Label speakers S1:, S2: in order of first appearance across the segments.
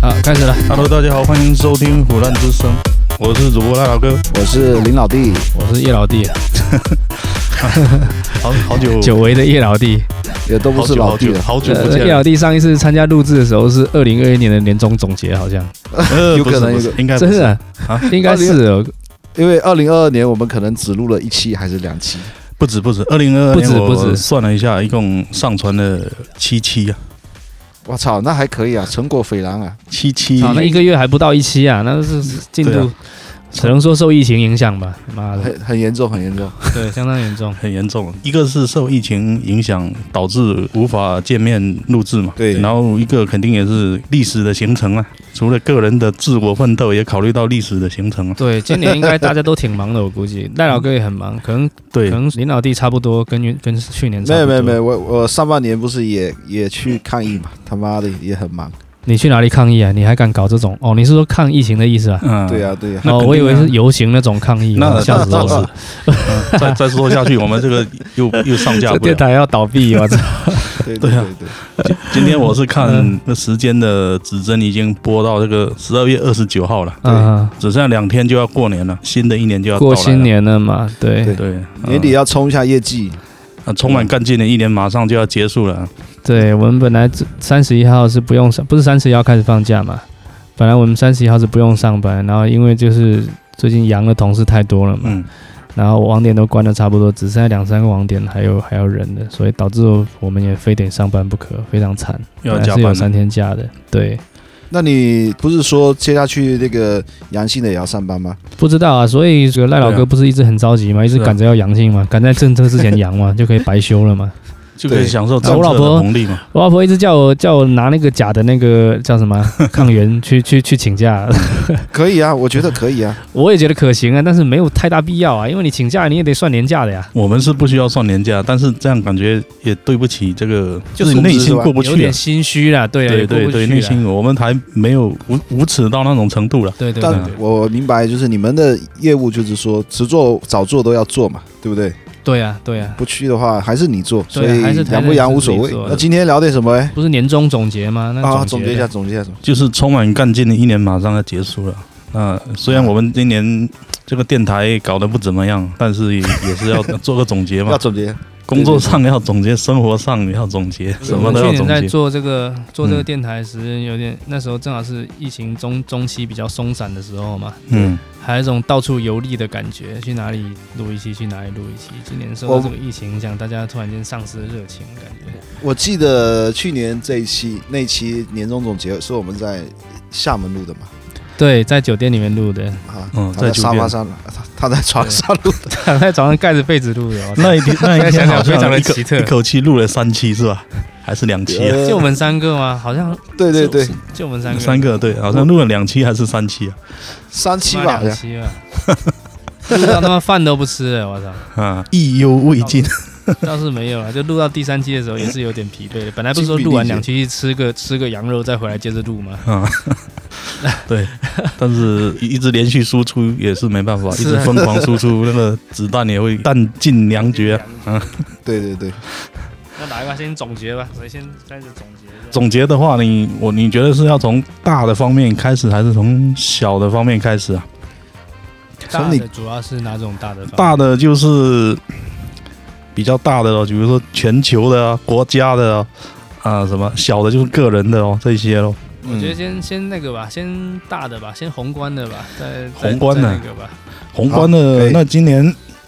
S1: 啊开始了。
S2: Hello，大家好，欢迎收听《虎烂之声》，我是主播大老哥，
S3: 我是林老弟，
S1: 我是叶老弟，
S2: 好好久
S1: 久违的叶老弟。
S3: 也都不
S2: 好
S3: 是
S2: 久
S3: 老
S2: 好
S3: 弟
S2: 久
S3: 了，
S2: 好久不
S1: 呃
S2: 见
S1: 叶
S2: 了，
S1: 老弟上一次参加录制的时候是二零二一年的年终总结，好像
S2: 呃
S3: 有
S2: 不是
S3: 可能
S2: 不是
S3: 有
S2: 应该不
S1: 真
S2: 是
S1: 的
S2: 啊
S1: 啊，应该是哦
S3: 因为二零二二年我们可能只录了一期还是两期，
S2: 不止不止，二零二
S1: 不止不止
S2: 算了一下，一共上传了七期啊，
S3: 我操，那还可以啊，成果斐然啊，
S2: 七期
S1: 好，那一个月还不到一期啊，那是进
S2: 对
S1: 度
S2: 啊哎
S1: 只能说受疫情影响吧，妈
S2: 嗯
S1: 的，
S3: 很很严重，很严重。
S1: 对，相当严重。
S2: 很严重，啊一个是受疫情影响导致无法见面录制嘛，
S3: 对
S2: 然后一个肯定也是历史的形成啊，除了个人的自我奋斗，也考虑到历史的形成啊，
S1: 对，今年应该大家都挺忙的，我估计赖老哥也很忙，可能可
S2: 嗯对，
S1: 能林老弟差不多跟原跟去年差
S3: 没
S1: 不
S3: 有
S1: 多。
S3: 没有没有，我我上半年不是也也去抗疫嘛，他妈的也很忙。
S1: 你去哪里抗议啊？你还敢搞这种？哦，你是说抗疫情的意思啊？
S2: 嗯，
S3: 对呀、对呀、
S2: 那
S1: 哦，
S2: 肯定啊
S1: 我以为是游行那种抗议，
S2: 那
S1: 我吓死我
S2: 那
S1: 了！
S2: 嗯再再说下去，我们这个又又上 架
S1: 这
S2: 不了
S1: 电。台要倒闭，我操！
S3: 对
S2: 对
S3: 对
S2: 啊
S3: 对对，
S2: 今天我是看那时间的指针已经播到这个十二月二十九号了，
S1: 嗯，
S2: 只剩下两天就要过年了，新的一年就要到来
S1: 过
S2: 了
S1: 新。年了嘛，对
S3: 对
S2: 对，嗯
S3: 年底要冲一下业绩，
S2: 啊充满干劲的一年马上就要结束了。
S1: 对，我们本来三十一号是不用上，不是三十一号开始放假嘛？本来我们三十一号是不用上班，然后因为就是最近阳的同事太多了嘛，
S2: 嗯，
S1: 然后网点都关的差不多，只剩下两三个网点还有还有人的，所以导致我们也非得上班不可，非常惨。
S2: 又要
S1: 本来
S2: 加
S1: 是有
S2: 班
S1: 三
S2: 了。
S1: 天假的，对，
S3: 那你不是说接下去那个阳性的也要上班吗？
S1: 不知道啊，所以这个赖老
S2: 对
S1: 哥
S2: 啊
S1: 不是一直很着急吗？一直
S2: 是啊
S1: 赶着要阳性嘛，赶在政策之前阳 嘛，就可以白休了嘛。
S2: 就可以
S3: 对
S2: 享受
S1: 啊
S2: 政
S1: 我老
S2: 策的
S1: 婆
S2: 红利嘛？
S1: 我老婆一直叫我叫我拿那个假的那个叫什么啊 抗原去去去请假，
S3: 可以啊，我觉得可 以啊。
S1: 我也觉得可行啊，但是没有太大必要啊，因为你请假你也得算年假的呀，
S2: 我们是不需要算年假，但是这样感觉也对不起这个，
S3: 就
S2: 自己
S3: 是
S2: 内心
S3: 是吧
S2: 过不
S1: 有
S2: 去啊
S1: 点。心虚啦，对啊，
S2: 对
S1: 也过
S2: 对
S1: 不
S2: 对，
S1: 去
S2: 内
S1: 啦
S2: 心我们还没有无无耻到那种程度了。
S1: 对对对
S3: 但我明白，就是你们的业务就是说迟做早做都要做嘛，对不对？
S1: 对啊对啊，
S3: 不去的话还是你做，所
S1: 对啊
S3: 以
S1: 还是台
S3: 阳不
S1: 内
S3: 阳
S1: 是
S3: 无
S1: 自己
S3: 所谓
S1: 做。的
S3: 那今天聊点什么？哎，
S1: 不是年终总结吗？那
S3: 啊，
S1: 总
S3: 总结一下，总结一下，总结
S2: 就是充满干劲的一年马上要结束了。那虽然我们今年这个电台搞得不怎么样，但是也也是要做个总结
S3: 要
S2: 嘛。
S3: 总结。
S2: 工作上要总结，生活上也要总结，什么都
S1: 去
S2: 要
S1: 年
S2: 总
S1: 在
S2: 结。
S1: 做这个做这个
S2: 嗯
S1: 电台时，有点那时候正好是疫情中中期比较松散的时候嘛，
S2: 嗯，
S1: 还有一种到处游历的感觉，去哪里录一期，去哪里录一期。今年受到
S3: 我
S1: 这个疫情影响，大家突然间丧失了热情，感觉。
S3: 我记得去年这一期那一期年终总结是我们在厦门录的嘛？
S1: 对，在酒店里面录的，
S3: 啊，
S2: 嗯
S3: 他在
S2: 在酒
S3: 沙发
S2: 店
S3: 上， 他他在床上录的。
S1: 在床上盖着被子录的。我哦操
S2: 那一天那一
S1: 现在想
S2: 天
S1: 想
S2: 好像
S1: 非常的
S2: 一口
S1: 奇特
S2: 一口气录了三期是吧？还是两期啊？
S3: 呃
S1: 就我们三个吗？好像
S3: 对对对
S1: 就，，就我们三个，
S2: 三个对，好像录了两期还是三期啊？
S3: 三期
S1: 七
S3: 吧，好
S1: 两
S3: 像
S1: 期吧。录到他妈饭都不吃了，我操！
S2: 啊，意犹未尽。
S1: 倒是没有啊，就录到第三期的时候也是有点疲惫的。本来不是说
S3: 精疲
S1: 录完
S3: 力竭
S1: 两期吃个 吃个羊肉再回来接着录吗？
S2: 啊，对， 但是一直连续输出也是没办法，一
S1: 是
S2: 直
S1: 啊
S2: 疯狂输出，那个子弹也会弹尽粮绝啊。
S3: 对对对，
S1: 那来吧，先总结吧，谁先开始总结一下？
S2: 总结的话，你我你觉得是要从大的方面开始，还是从小的方面开始啊？
S1: 大
S3: 从你
S1: 的主要是哪种大的方面？
S2: 大的就是比较大的哦，比如说全球的啊、国家的啊，啊什么小的就是个人的哦，这些咯。
S1: 我觉得
S3: 嗯，
S1: 先先那个吧，先大的吧，先宏观的吧，再再
S2: 宏观的
S1: 再那个吧。
S2: 宏观
S3: 好可
S2: 的
S3: 以
S2: 那今年，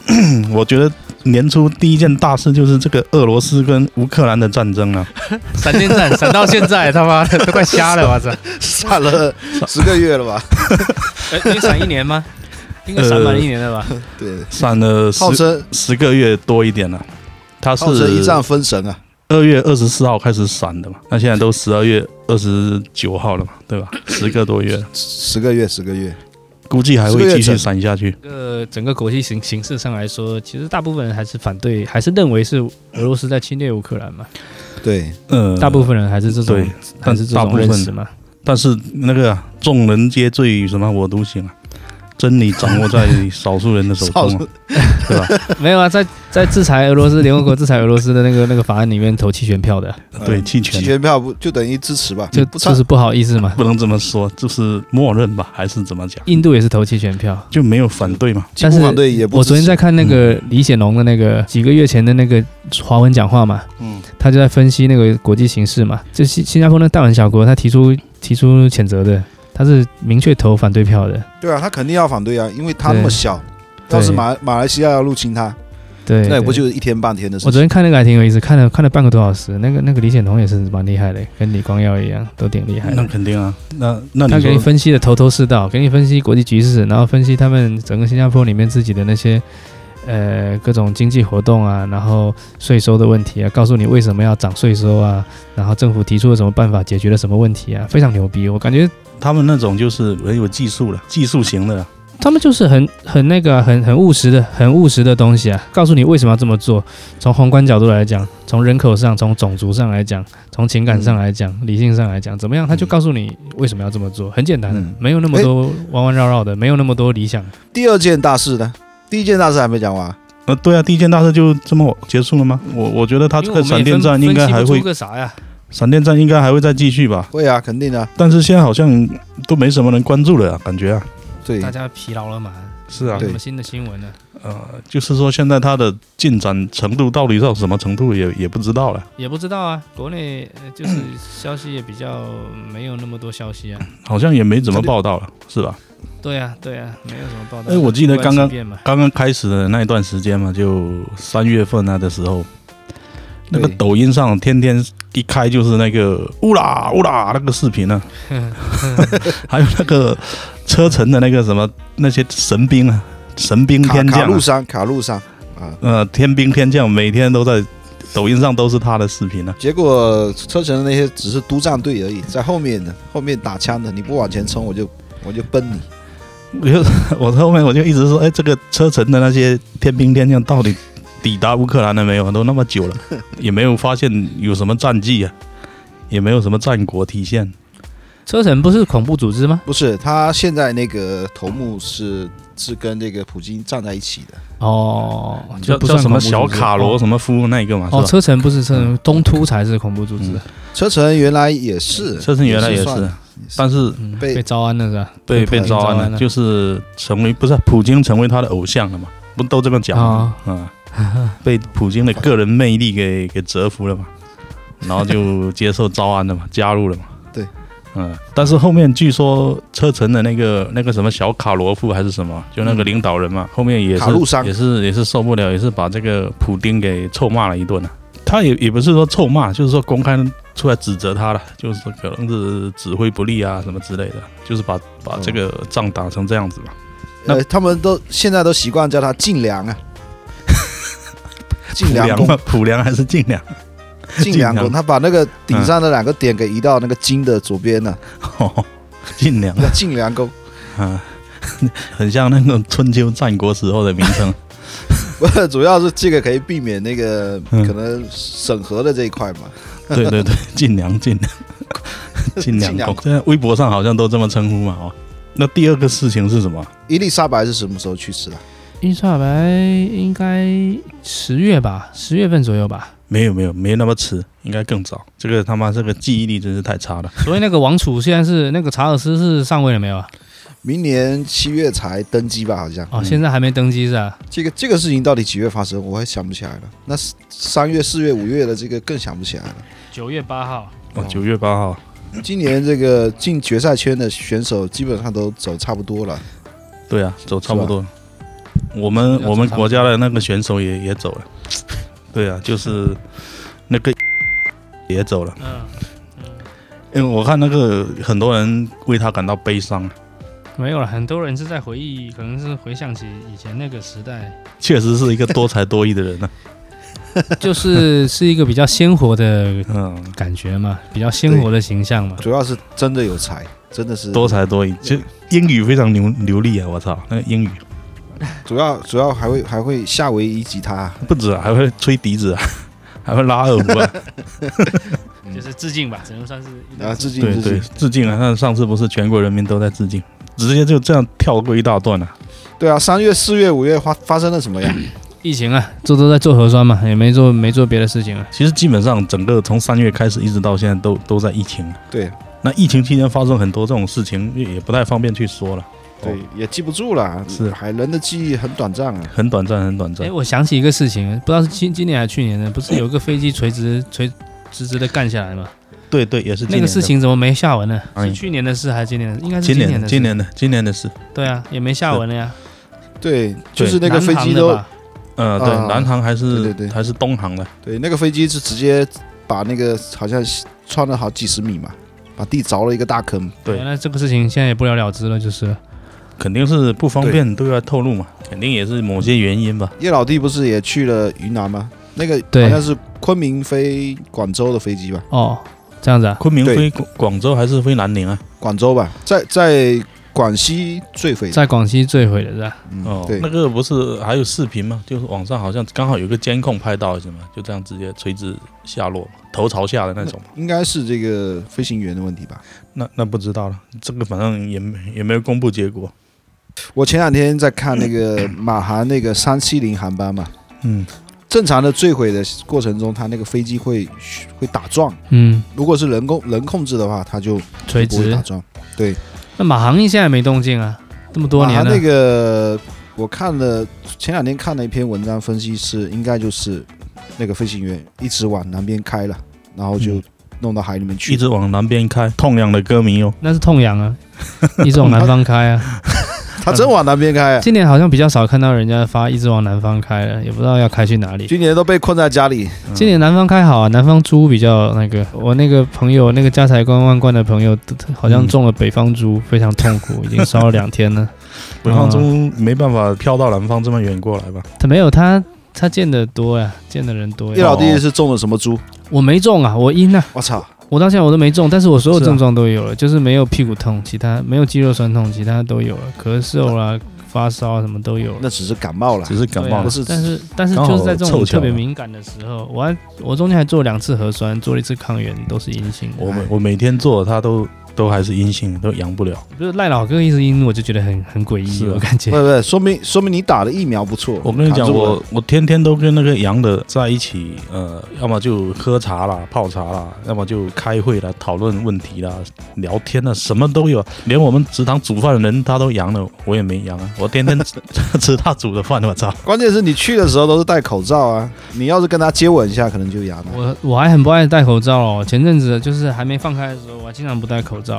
S2: 我觉得年初第一件大事就是这个俄罗斯跟乌克兰的战争啊。
S1: 闪电战闪到现在，他妈的都快瞎了，我操！
S3: 上嗯 了十个月了吧？
S1: 哎，你闪一年 吗？应该闪满一年了吧？
S3: 对，对
S2: 上了
S3: 号
S2: 十
S3: 称
S2: 十个月多一点了。啊它是
S3: 号称一战封神啊，
S2: 二月二十四号开始闪的嘛，那现在都十二月二十九号了嘛，对吧？十个多月了，
S3: 十个月十个月，
S2: 估计还会继
S3: 10个
S2: 续
S3: 月
S2: 闪下去。
S1: 这个整个国际形形势上来说，其实大部分人还是反对，还是认为是俄罗斯在侵略乌克兰嘛。
S3: 对，
S2: 嗯，
S1: 大部分人还是这种
S2: 对，
S1: 还是这
S2: 但大部
S1: 种
S2: 分
S1: 认识嘛。
S2: 但是那个啊众人皆醉什么我独醒啊，真理掌握在少数人的手中、啊，对吧？
S1: 没有啊，在在制裁俄罗斯，联合国制裁俄罗斯的那个那个法案里面投弃权票的，
S2: 对，
S3: 嗯
S2: 弃
S3: 弃
S2: 权
S3: 权票不就等于支持吧？
S2: 嗯
S1: 就
S3: 不差
S1: 就是不好意思嘛。
S2: 不能这么说，就是默认吧，还是怎么讲？
S1: 印度也是投弃权票。
S2: 就没有反对嘛？
S3: 既
S1: 但是
S3: 不反对也不
S1: 我昨天
S3: 支持嗯
S1: 在看那个李显龙的那个几个月前的那个华文讲话嘛，
S2: 嗯，
S1: 他就在分析那个国际形势嘛。就新新加坡那个大碗小国，他提出提出谴责的，他是明确投反对票的。
S3: 对啊，他肯定要反对啊，因为他那么
S1: 对
S3: 小，要是
S1: 对
S3: 马马来西亚要入侵他，
S1: 对，
S3: 那
S1: 对
S3: 也不就一天半天的事
S1: 我昨
S3: 情。
S1: 天看那个还挺有意思，看了看了半个多小时。那个那个李显龙也是蛮厉害的，跟李光耀一样，都挺厉害
S2: 那
S1: 的。
S2: 肯定啊。那那
S1: 哎他
S2: 你
S1: 给你
S2: 说，
S1: 分析的头头是道，给你分析国际局势，然后分析他们整个新加坡里面自己的那些呃各种经济活动啊，然后税收的问题啊，告诉你为什么要涨税收啊，然后政府提出了什么办法解决了什么问题啊，非常牛逼。我感觉
S2: 他们那种就是很有技术了，技术型的啊啦，
S1: 他们就是很很那个啊、很很务实的、很务实的东西啊，告诉你为什么要这么做。从宏观角度来讲，从人口上、从种族上来讲、从情感上来讲、理性上来讲，怎么样，他就告诉你为什么要这么做，很简单的
S3: 嗯，
S1: 没有那么
S3: 诶
S1: 多弯弯绕绕的，没有那么多理想。
S3: 第二件大事呢？第一件大事还没讲完，
S2: 呃，对啊，第一件大事就这么结束了吗？我我觉得他这
S1: 因为
S2: 个
S1: 我们
S2: 闪
S1: 也
S2: 电
S1: 分
S2: 战应该还
S1: 分析不
S2: 会
S1: 出，个啥呀？
S2: 闪电战应该还会再继续吧。
S3: 会啊，肯定啊，
S2: 但是现在好像都没什么人关注了、啊，感觉啊，
S3: 对
S1: 大，家疲劳了嘛？
S2: 是
S1: 有
S2: 啊
S1: 什
S3: 对
S1: 么新的新闻呢？
S2: 呃，就是说现在它的进展程度到底到什么程度也也不知道了，
S1: 也不知道啊，国内呃就是消息也比较嗯没有那么多消息啊。
S2: 好像也没怎么
S3: 它就
S2: 报道了，是吧？对
S1: 对啊，对啊，没有什么报道。
S2: 哎我记得
S1: 突然
S2: 刚刚
S1: 起变嘛
S2: 刚刚开始的那一段时间嘛，就三月份啊的时候，那个
S3: 对
S2: 抖音上天天一开就是那个乌啦乌啦那个视频啊，还有那个车臣的那个什么那些神兵啊，神兵
S3: 卡
S2: 天
S3: 卡
S2: 将、
S3: 路
S2: 啊，
S3: 山，卡路山啊。
S2: 呃，天兵天将每天都在抖音上都是他的视频啊。
S3: 结果车臣的那些只是督战队而已，在后面的后面打枪的，你不往前冲，我就我就崩你。
S2: 我就我后面我就一直说，哎，这个车臣的那些天兵天将到底抵达乌克兰了没有？都那么久了，也没有发现有什么战绩啊，也没有什么战果体现。
S1: 车臣不是恐怖组织吗？
S3: 不是，他现在那个头目是是跟这个普京站在一起的，
S1: 哦，
S2: 叫
S1: 就不
S2: 叫
S1: 算
S2: 什么
S1: 恐怖
S2: 小
S1: 组织
S2: 卡罗什么夫那个嘛，
S1: 哦，
S2: 是吧？嗯
S1: 车臣不是车臣，东突才是恐怖组织，
S3: 车臣原来也是，
S2: 车臣原来也是
S3: 算，
S2: 但是
S1: 嗯
S3: 被
S1: 被招安了是吧？
S2: 被
S1: 被
S2: 被招
S1: 招
S2: 安
S1: 安
S2: 了，
S1: 了
S2: 就是成为不是普京成为他的偶像了嘛？不都这么讲吗？嗯，被普京的个人魅力给给折服了嘛，然后就接受招安了嘛，加入了嘛。
S3: 对，
S2: 嗯，但是后面据说车臣的那个那个什么小卡罗夫还是什么，就那个领导人嘛，后面也是
S3: 嗯卡路商
S2: 也是也是受不了，也是把这个普丁给臭骂了一顿啊。他也也不是说臭骂，就是说公开出来指责他了，就是可能是指挥不力啊什么之类的，就是把把这个
S3: 哦
S2: 仗打成这样子嘛。那
S3: 呃，他们都现在都习惯叫他晋 良啊，晋
S2: 普
S3: 良
S2: 良嘛
S3: 公，，
S2: 普良还是尽良。
S3: 晋良
S2: 晋
S3: 公，
S2: 良
S3: 他把那个顶上的两个点给移到那个金的左边了，
S2: 哦，尽量
S3: 叫晋良公。
S2: 啊， 很像那种春秋战国时候的名称。
S3: 不是，主要是这个可以避免那个
S2: 嗯
S3: 可能审核的这一块嘛。
S2: 对对对，尽量尽量 尽
S3: 尽
S2: 量
S3: 量
S2: 公，现在微博上好像都这么称呼嘛哦。那第二个事情是什么？
S3: 伊丽莎白是什么时候去世的？
S1: 伊丽莎白应该十月吧，十月份左右吧。
S2: 没有没有，没那么迟，应该更早。这个他妈这个记忆力真是太差了。
S1: 所以那个王储现在是那个查尔斯是上位了没有啊？
S3: 明年七月才登基吧，好像。
S1: 哦，
S2: 嗯
S1: 现在还没登基是吧？
S3: 这个这个事情到底几月发生，我还想不起来了。那是三月、四月、五月的这个更想不起来了。
S1: 九月八号。
S2: 哦，九月八号，
S3: 今年这个进决赛圈的选手基本上都走差不多了。
S2: 对啊，走差不多。我们我们国家的那个选手也也走了， 对啊，就是那个 也走了。
S1: 嗯，
S2: 因为我看那个很多人为他感到悲伤，
S1: 没有了，很多人是在回忆，可能是回想起以前那个时代，
S2: 确实是一个多才多艺的人啊呢、
S1: 就是是一个比较鲜活的
S2: 嗯，
S1: 感觉嘛，比较鲜活的形象嘛。
S3: 主要是真的有才，真的是
S2: 多才多艺，就英语非常流流利啊！我操，那个英语
S3: 主要主要还会还会夏威夷吉他，
S2: 不止、啊，还会吹笛子、啊， 还会拉二胡 啊！
S1: 就是致敬吧，只能算是一
S3: 然后
S1: 种
S3: 致敬
S2: 对
S3: 致
S2: 对
S3: 敬。，
S2: 致敬啊！那上次不是全国人民都在致敬直接就这样跳过一大段了、
S3: 对啊，三月、四月、五月发发生了什么呀？
S1: 疫情啊，这都在做核酸嘛，也没做没做别的事情啊。
S2: 其实基本上整个从三月开始一直到现在都都在疫情。啊
S3: 对
S2: 那疫情期间发生很多这种事情，也也不太方便去说了，
S3: 对，也记不住了，
S2: 是
S3: 还人的记忆很短暂啊。
S2: 很短暂，很短
S1: 哎，
S2: 暂。
S1: 我想起一个事情，不知道是今今年还是去年的，不是有个飞机垂直垂直直的干下来吗？
S2: 对对，也是今
S1: 那
S2: 年
S1: 个
S2: 的
S1: 事，情怎么没下文呢？
S2: 哎
S1: 是去年的事还是今年的？应该是
S2: 今
S1: 年的
S2: 年
S1: 事。
S2: 今年的今年的事。
S1: 对啊，也没下文了呀。
S3: 对，就是那个飞机
S1: 南航的
S3: 都
S1: 吧
S2: 呃，对，
S3: 啊
S2: 南航还是
S3: 对对对
S2: 还是东航的，
S3: 对，那个飞机是直接把那个好像穿了好几十米嘛，把地凿了一个大坑。
S2: 对
S1: 哎那这个事情现在也不了了之了，就是了
S2: 肯定是不方便对外透露嘛，肯定也是某些原因吧。
S3: 叶老弟不是也去了云南吗？那个
S1: 对
S3: 好像是昆明飞广州的飞机吧，
S1: 哦，这样子啊。
S2: 昆明
S3: 对
S2: 飞广广州还是飞南宁啊？
S3: 广州吧，在在广西坠毁的。
S1: 在广西坠毁的是吧？
S3: 嗯，
S2: 哦，
S3: 对
S2: 那，个不是还有视频吗？就是网上好像刚好有个监控拍到什么，就这样直接垂直下落嘛，头朝下的那种嘛。
S3: 应该是这个飞行员的问题吧。
S2: 那那不知道了，这个反正也没也没有公布结果。
S3: 我前两天在看那个马航那个三七零航班嘛，
S2: 嗯，
S3: 正常的坠毁的过程中，它那个飞机会会打撞，
S1: 嗯，
S3: 如果是人工人控制的话，它就
S1: 垂
S3: 不会
S1: 直
S3: 打。撞。
S1: 那马航现在没动静啊，这么多年
S3: 马
S1: 了。
S3: 航那个我看了前两天看了一篇文章，分析是应该就是那个飞行员一直往南边开了，然后就
S2: 嗯
S3: 弄到海里面去。
S2: 一直往南边开，痛痒的歌迷哦。
S1: 那是痛痒啊，一直往南方开啊。
S3: 他真往南边开、啊，
S1: 今年好像比较少看到人家发一直往南方开了，也不知道要开去哪里。
S3: 今年都被困在家里。
S1: 今年南方开好啊，南方猪比较那个。我那个朋友，那个家财万贯的朋友，好像中了北方猪，非常痛苦，已经烧了两天了。
S2: 北方中没办法飘到南方这么远过来吧？
S1: 他没有他，他见的多呀，见的人多
S3: 叶
S1: 呀。
S3: 老弟是中了什么猪？
S1: 我没中啊，我阴啊，
S3: 我操！
S1: 我到现在我都没中，但是我所有
S2: 是啊
S1: 症状都有了，就是没有屁股痛，其他没有肌肉酸痛，其他都有了，咳嗽啦、发烧啊什么都有了。
S3: 那只是感冒了
S2: 只。是感
S1: 对
S2: 冒
S1: 啊
S3: 不
S2: 了。
S3: 是
S1: 但是但是
S2: 刚好
S1: 就是在这种
S2: 凑巧
S1: 特别
S2: 了
S1: 敏感的时候，我还我中间还做两次核酸，做了一次抗原，都是阴性的。
S2: 我每我每天做，它都都还是阴性，都阳不了。
S1: 就是赖老哥一直阴，我就觉得很很诡异，
S2: 是啊
S1: 我感觉
S3: 不。不，说明说明你打的疫苗不错。
S2: 我跟你
S3: 扛
S2: 讲，
S3: 住了
S2: 我我天天都跟那个阳的在一起，呃，要么就喝茶啦、泡茶啦，要么就开会啦、讨论问题啦、聊天啦，什么都有。连我们食堂煮饭的人他都阳了，我也没阳啊。我天天 吃吃他煮的饭，我操！
S3: 关键是你去的时候都是戴口罩啊，你要是跟他接吻一下，可能就阳了。
S1: 我我还很不爱戴口罩哦，前阵子就是还没放开的时候，我还经常不戴口罩。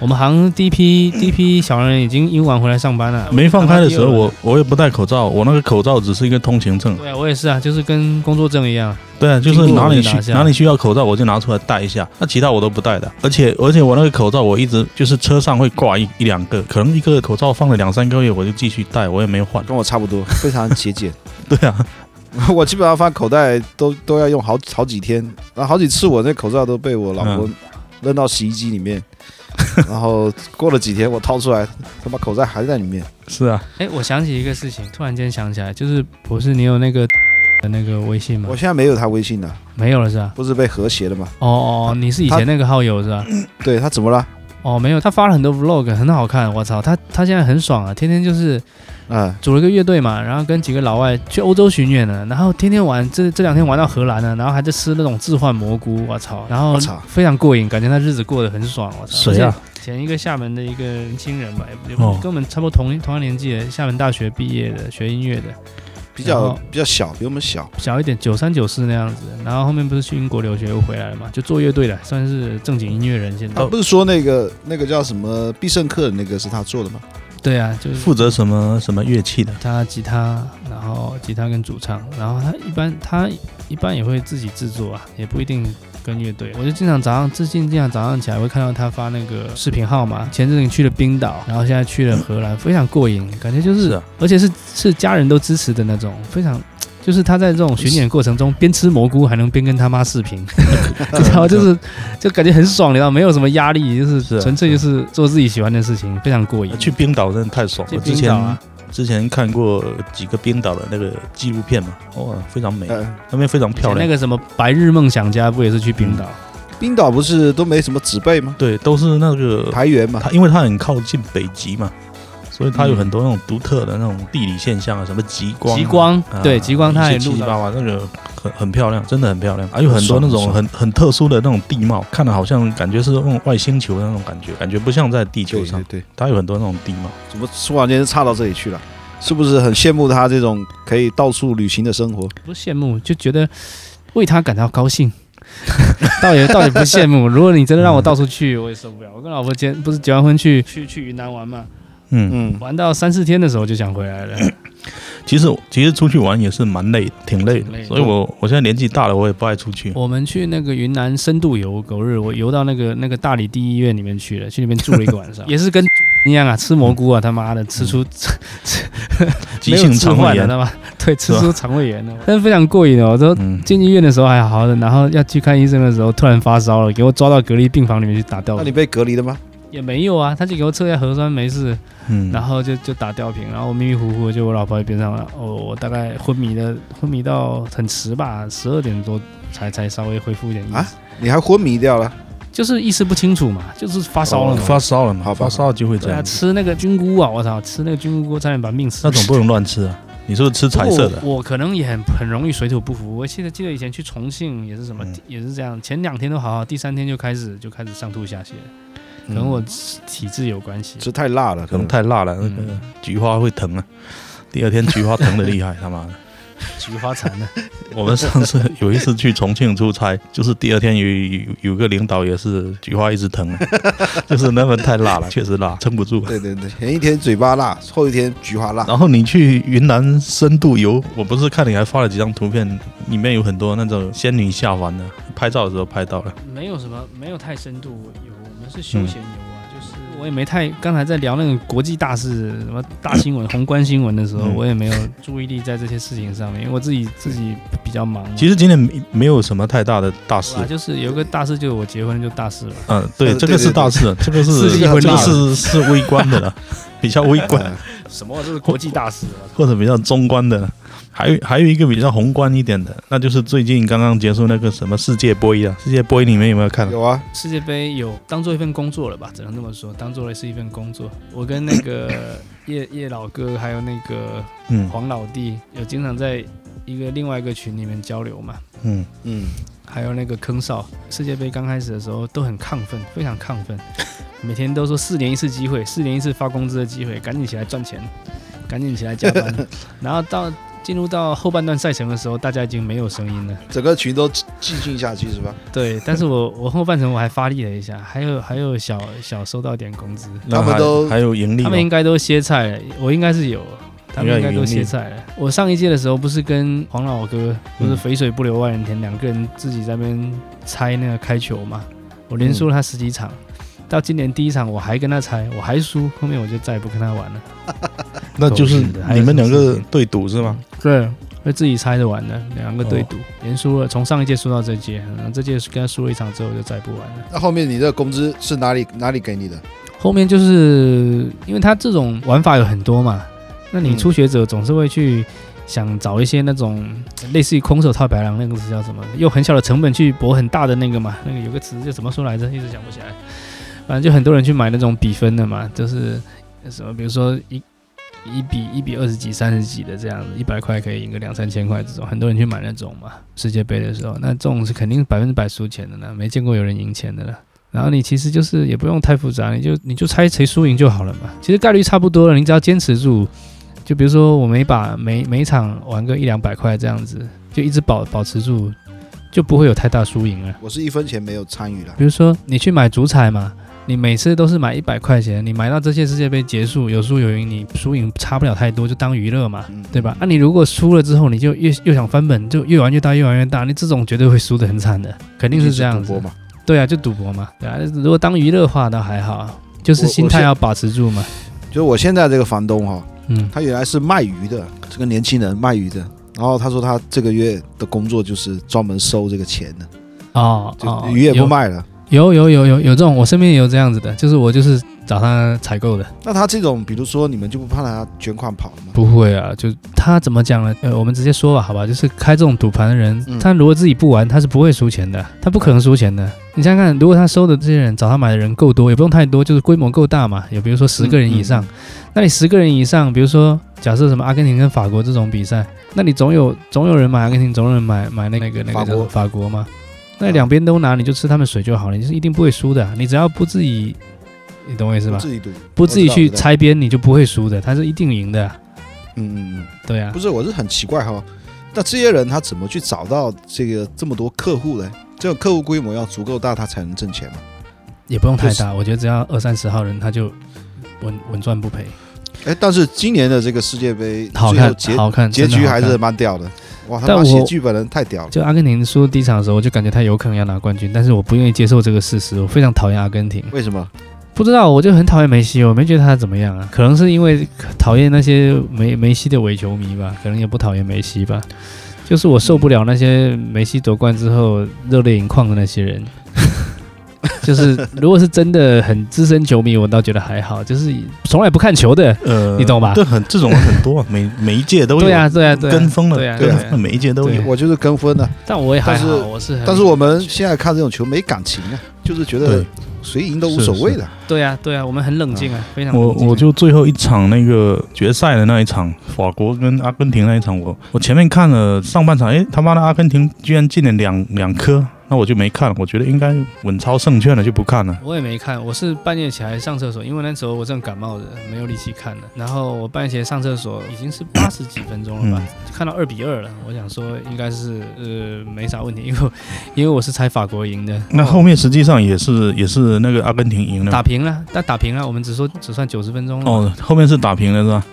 S1: 我们行第一批第一批小人已经英晚回来上班了，
S2: 没放开的时候，
S1: 然后
S2: 我我也不戴口罩，我那个口罩只是一个通行证
S1: 第二。对啊，我也是啊，就是跟工作证一样，
S2: 对啊，就
S1: 经
S2: 是
S1: 过
S2: 哪
S1: 我就
S2: 里
S1: 拿
S2: 需
S1: 下
S2: 哪里需要口罩，我就拿出来戴一下。那其他我都不戴的，而且而且我那个口罩，我一直就是车上会挂一一两个，可能一个口罩放了两三个月，我就继续戴，我也没有换。
S3: 跟我差不多，非常 节俭。
S2: 对啊，
S3: 我基本上放口袋都都要用好好几天，然后好几次我那口罩都被我老婆
S2: 嗯
S3: 扔到洗衣机里面，然后过了几天我掏出来，他妈口罩还在里面。
S2: 是啊，
S1: 哎，我想起一个事情，突然间想起来，就是不是你有那个的那个微
S2: 嗯
S1: 信吗
S3: 我？现在没有他微信了，
S1: 没有了是吧？
S3: 不是被和谐了吗？
S1: 哦哦，你是以前那个好友是吧？
S3: 对他怎么了？啊、
S1: 哦，没有，他发了很多 vlog，很好看，我操，他他现在很爽啊，天天就是
S3: 啊
S1: 组了个乐队嘛，然后跟几个老外去欧洲巡演了，然后天天玩，这这两天玩到荷兰了，然后还在吃那种置换蘑菇，我操，然后
S3: 我操
S1: 非常过瘾，感觉他日子过得很爽，我操。
S2: 谁啊？
S1: 前一个厦门的一个年轻人吧，也不也
S2: 哦
S1: 不跟我们差不多同同样年纪的，厦门大学毕业的，学音乐的，
S3: 比较
S1: 然后
S3: 比较小，比我们小。
S1: 小一点，九三九四那样子，然后后面不是去英国留学又回来了嘛，就做乐队的，算是正经音乐人
S2: 哦
S1: 现在。
S3: 他不是说那个那个叫什么必胜客的那个是他做的吗？
S1: 对啊，就是
S2: 负责什么什么乐器的？
S1: 他吉他，然后吉他跟主唱，然后他一般他一般也会自己制作啊，也不一定跟乐队。我就经常早上，最近经常早上起来会看到他发那个视频号嘛。前阵子去了冰岛，然后现在去了荷兰，非常过瘾，感觉就是，
S2: 是啊
S1: 而且是是家人都支持的那种，非常。就是他在这种巡演过程中，边吃蘑菇还能边跟他妈视频， 然后就是就感觉很爽，你知道，没有什么压力，就是
S2: 是啊
S1: 纯粹就是做自己喜欢的事情，非常过瘾。
S2: 呃去冰岛真的太爽了！
S1: 去
S2: 我之
S1: 冰岛啊
S2: 前，之前看过几个冰岛的那个纪录哦片嘛，哇，非常美，
S3: 呃，
S2: 那边非常漂
S1: 那
S2: 亮。嗯
S1: 个什么《白日梦想家》不也是去冰岛？
S3: 冰岛不是都没什么植被吗？
S2: 对，都是那个
S3: 排源嘛，
S2: 它因为它很靠近北极嘛，所以它有
S1: 嗯
S2: 很多那种独特的那种地理现象啊，什么极光啊、
S1: 极光
S2: 啊，
S1: 对，极光它也
S2: 一些
S1: 录
S2: 七七
S1: 到，
S2: 八八那个很很漂亮，真的很漂亮，啊还有很多
S3: 爽
S2: 那
S3: 爽
S2: 种很很特殊的那种地貌，看的好像感觉是那种外星球的那种感觉，感觉不像在地球
S3: 对
S2: 上
S3: 对，对，
S2: 它有很多那种地貌。
S3: 怎么突然间差到这里去了？是不是很羡慕他这种可以到处旅行的生活？
S1: 不是羡慕，就觉得为他感到高兴。 倒也倒也不羡慕，如果你真的让我到处去，我也受不了。我跟老婆结不是结完婚去去去云南玩嘛，
S2: 嗯，
S3: 嗯，
S1: 玩到三四天的时候就想回 来了。
S2: 其实其实出去玩也是蛮累的，挺累
S1: 挺累的
S2: 的，
S1: 哦
S2: 所以我我现在年纪大了，我也不爱出去。
S1: 我们去那个云南深度游狗日，我游到那个那个大理第一医院里面去了，去那边住了一个 晚上，也是跟一样啊，吃蘑菇啊，他妈的吃出
S2: 急性嗯肠胃炎
S1: 的，嘛，对，吃
S2: 是吧
S1: 出肠胃 炎了，但是非常过瘾哦。我都
S2: 嗯，
S1: 进医院的时候还好好的，然后要去看医生的时候突然发烧了，给我抓到隔离病房里面去打吊
S3: 那
S1: 瓶
S3: 你，被隔离了吗？
S1: 也没有啊，他就给我测一下核酸没事，
S2: 嗯，
S1: 然后就就打吊瓶，然后我迷迷糊糊就我老婆在边上了，哦，我大概昏迷的昏迷到很迟吧，十二点多才才稍微恢复一点意识，
S3: 啊你还昏迷掉了？
S1: 就是意识不清楚嘛，就是发烧了
S2: 哦
S1: 嘛。
S2: 发烧了嘛，
S3: 好吧
S2: 发烧了就会这
S1: 对啊，
S2: 样，
S1: 吃那个菌菇啊，我操，吃那个菌菇差点把命吃
S2: 那
S1: 了。
S2: 种不能乱吃啊。你是不是吃彩色的
S1: 不？过我我可能也很很容易水土不服。我记得记得以前去重庆也是什么，
S2: 嗯
S1: 也是这样，前两天都好好，第三天就开始就开始上吐下泻，
S2: 嗯
S1: 可能我体质有关系。
S3: 吃太辣了，
S2: 可能太辣了，那个
S1: 嗯
S2: 菊花会疼啊。第二天菊花疼的厉害，他妈 的！
S1: 菊花残了，
S2: 我们上次有一次去重庆出差，就是第二天有有有个领导也是菊花一直疼啊， 就是那个太辣了，确实辣，撑不住。
S3: 对对对，前一天嘴巴辣，后一天菊花辣。
S2: 然后你去云南深度游，我不是看你还发了几张图片，里面有很多那种仙女下凡的，拍照的时候拍到了。
S1: 没有什么，没有太深度游，我们是休闲游啊，
S2: 嗯
S1: 就是我也没太刚才在聊那个国际大事、什么大新闻、宏观新闻的时候，
S2: 嗯
S1: 我也没有注意力在这些事情上面，因为我自己自己比较忙嘛。
S2: 其实今年没没有什么太大的大事
S1: 是，吧就是有一个大事，就是我结婚就大事了。
S2: 嗯，对，
S3: 呃
S2: 这个是
S3: 对对对
S2: 大事，这个
S1: 是
S2: 是
S1: 一
S2: 这
S1: 回
S2: 个
S1: 大哎
S2: 是是微观 的了，比较微观。
S3: 嗯
S1: 什么？这是国际大事啊！
S2: 或者比较中观的，还有还有一个比较宏观一点的，那就是最近刚刚结束那个什么世界杯啊，世界杯你们有没有看？
S3: 有啊，
S1: 世界杯有当做一份工作了吧，只能这么说，当做了是一份工作。我跟那个叶叶老哥还有那个
S2: 嗯
S1: 黄老弟有经常在一个另外一个群里面交流嘛，
S2: 嗯，
S3: 嗯，
S1: 还有那个坑少，世界杯刚开始的时候都很亢奋，非常亢奋，每天都说四年一次机会，四年一次发工资的机会，赶紧起来赚钱，赶紧起来加班。然后到进入到后半段赛程的时候，大家已经没有声音了。
S3: 整个群都寂静下去是吧？
S1: 对，但是我我后半程我还发力了一下，还有还有小小收到点工资，
S2: 那
S3: 他们
S2: 还
S3: 都
S2: 还有盈利
S1: 他
S2: 吗
S1: 们？应该都歇菜了，我应该是有，他们应该都歇菜了。我上一届的时候不是跟黄老哥，不是肥水不流外人田，两个人自己在那边猜那个开球嘛，我连输了他十几场。到今年第一场我还跟他猜，我还输，后面我就再也不跟他玩了。
S2: 那就是
S1: 都是的还有
S2: 你们两
S1: 什么
S2: 个
S1: 事情
S2: 对赌是吗？
S1: 对，会自己猜着玩的，两个对赌，连输了，从上一届输到这届，然后这届跟他输了一场之后我就再也不玩了。
S3: 那后面你的工资是哪里哪里给你的？
S1: 后面就是因为他这种玩法有很多嘛，那你
S3: 嗯
S1: 初学者总是会去想找一些那种类似于空手套白狼那个词叫什么，用很小的成本去搏很大的那个嘛，那个有个词叫怎么说来着，一直想不起来。反正就很多人去买那种比分的嘛，就是什么比如说一。一比一比二十几、三十几的这样子，一百块可以赢个两三千块这种，很多人去买那种嘛。世界杯的时候，那这种是肯定百分之百输钱的呢，没见过有人赢钱的了。然后你其实就是也不用太复杂，你就你就猜谁输赢就好了嘛。其实概率差不多了，你只要坚持住。就比如说我每把每每一场玩个一两百块这样子，就一直保保持住，就不会有太大输赢了。
S3: 我是一分钱没有参与了。
S1: 比如说你去买足彩嘛，你每次都是买一百块钱，你买到这届世界杯结束有输有赢，你输赢差不了太多，就当娱乐嘛，
S3: 嗯
S1: 对吧？啊那、你如果输了之后，你就越又想翻本，就越玩越大，越玩越大，你这种绝对会输得很惨的，肯定是这样
S3: 一
S1: 子
S3: 起赌。博嘛。
S1: 对啊，就赌博嘛，对啊。如果当娱乐化倒还好，就是
S3: 我
S1: 心
S3: 我
S1: 态
S3: 现
S1: 要把持住嘛。
S3: 就是我现在这个房东哈、
S1: 嗯，
S3: 他原来是卖鱼的，这个年轻人卖鱼的。然后他说他这个月的工作就是专门收这个钱的，
S1: 哦
S3: 就
S1: 哦，
S3: 鱼也不
S1: 有
S3: 卖了，
S1: 有有有有有这种，我身边也有这样子的，就是我就是找他采购的。
S3: 那他这种，比如说你们就不怕他卷款跑了吗？
S1: 不会啊，就他怎么讲呢？呃，我们直接说吧，好吧，就是开这种赌盘的人，
S3: 嗯
S1: 他如果自己不玩，他是不会输钱的，他不可能输钱的。你想想看，如果他收的这些人找他买的人够多，也不用太多，就是规模够大嘛，有比如说十
S3: 嗯
S1: 个人以上，那你十个人以上，比如说假设什么阿根廷跟法国这种比赛，那你总有总有人买阿根廷，总有人买买那个那个那个
S3: 法
S1: 叫
S3: 国
S1: 法国嘛，那两边都拿，你就吃他们水就好了，你是一定不会输的，你只要不自己，你懂我意思吧
S3: 不？自己赌，
S1: 不自己去
S3: 我知道。
S1: 拆边，你就不会输的，他是一定赢的啊，
S3: 我知道嗯嗯嗯。
S1: 对啊
S3: 不。是，我是很奇怪哈，那这些人他怎么去找到这个这么多客户呢？这种客户规模要足够大，他才能挣钱嘛。
S1: 也不用太
S3: 就
S1: 大，我觉得只要二三十号人，他就稳稳赚不赔，
S3: 哎，但是今年的这个世界杯
S1: 好
S3: 最后
S1: 看，
S3: 结
S1: 好看，
S3: 结
S1: 真的
S3: 局
S1: 好
S3: 还
S1: 看
S3: 是蛮屌的，哇，他
S1: 但
S3: 妈
S1: 我
S3: 写剧本人太屌了。
S1: 就阿根廷输第一场的时候，我就感觉他有可能要拿冠军，但是我不愿意接受这个事实，我非常讨厌阿根廷。
S3: 为什么？
S1: 不知道，我就很讨厌梅西，我没觉得他怎么样啊，可能是因为讨厌那些梅梅西的伪球迷吧，可能也不讨厌梅西吧，就是我受不了那些梅西夺冠之后热泪盈眶的那些人。 就是如果是真的很资深球迷，我倒觉得还好，就是从来不看球的，
S2: 呃，
S1: 你懂吧
S2: 对，很这种人很多，每每一届都有，
S1: 对啊，对啊，对啊，
S2: 跟风的，
S1: 对啊，
S2: 跟
S1: 对啊
S2: 风的每一届都
S1: 对
S2: 有。
S3: 我就是跟风啊的，
S1: 但我也还好，
S3: 但是
S1: 我是很，
S3: 但是我们现在看这种球没感情啊，就是觉得
S2: 对
S3: 谁赢都无所谓的。
S1: 对啊，对啊，我们很冷静啊，非常
S2: 我
S1: 冷静啊
S2: 嗯我就最后一场那个决赛的那一场，法国跟阿根廷那一场，我我前面看了上半场，诶，他妈的阿根廷居然进了两两颗，那我就没看了，我觉得应该稳操胜券了，就不看了。
S1: 我也没看，我是半夜起来上厕所，因为那时候我正感冒着，没有力气看了。然后我半夜起来上厕所，已经是八十几分钟了吧，
S2: 嗯
S1: 就看到二比二了，我想说应该是呃没啥问题，因为我 因为我是猜法国赢的，
S2: 那后面实际上也是也是那个阿根廷赢了
S1: 打，平了，但打平了，我们只说只算九十分钟了，
S2: 哦，后面是打平了是吧？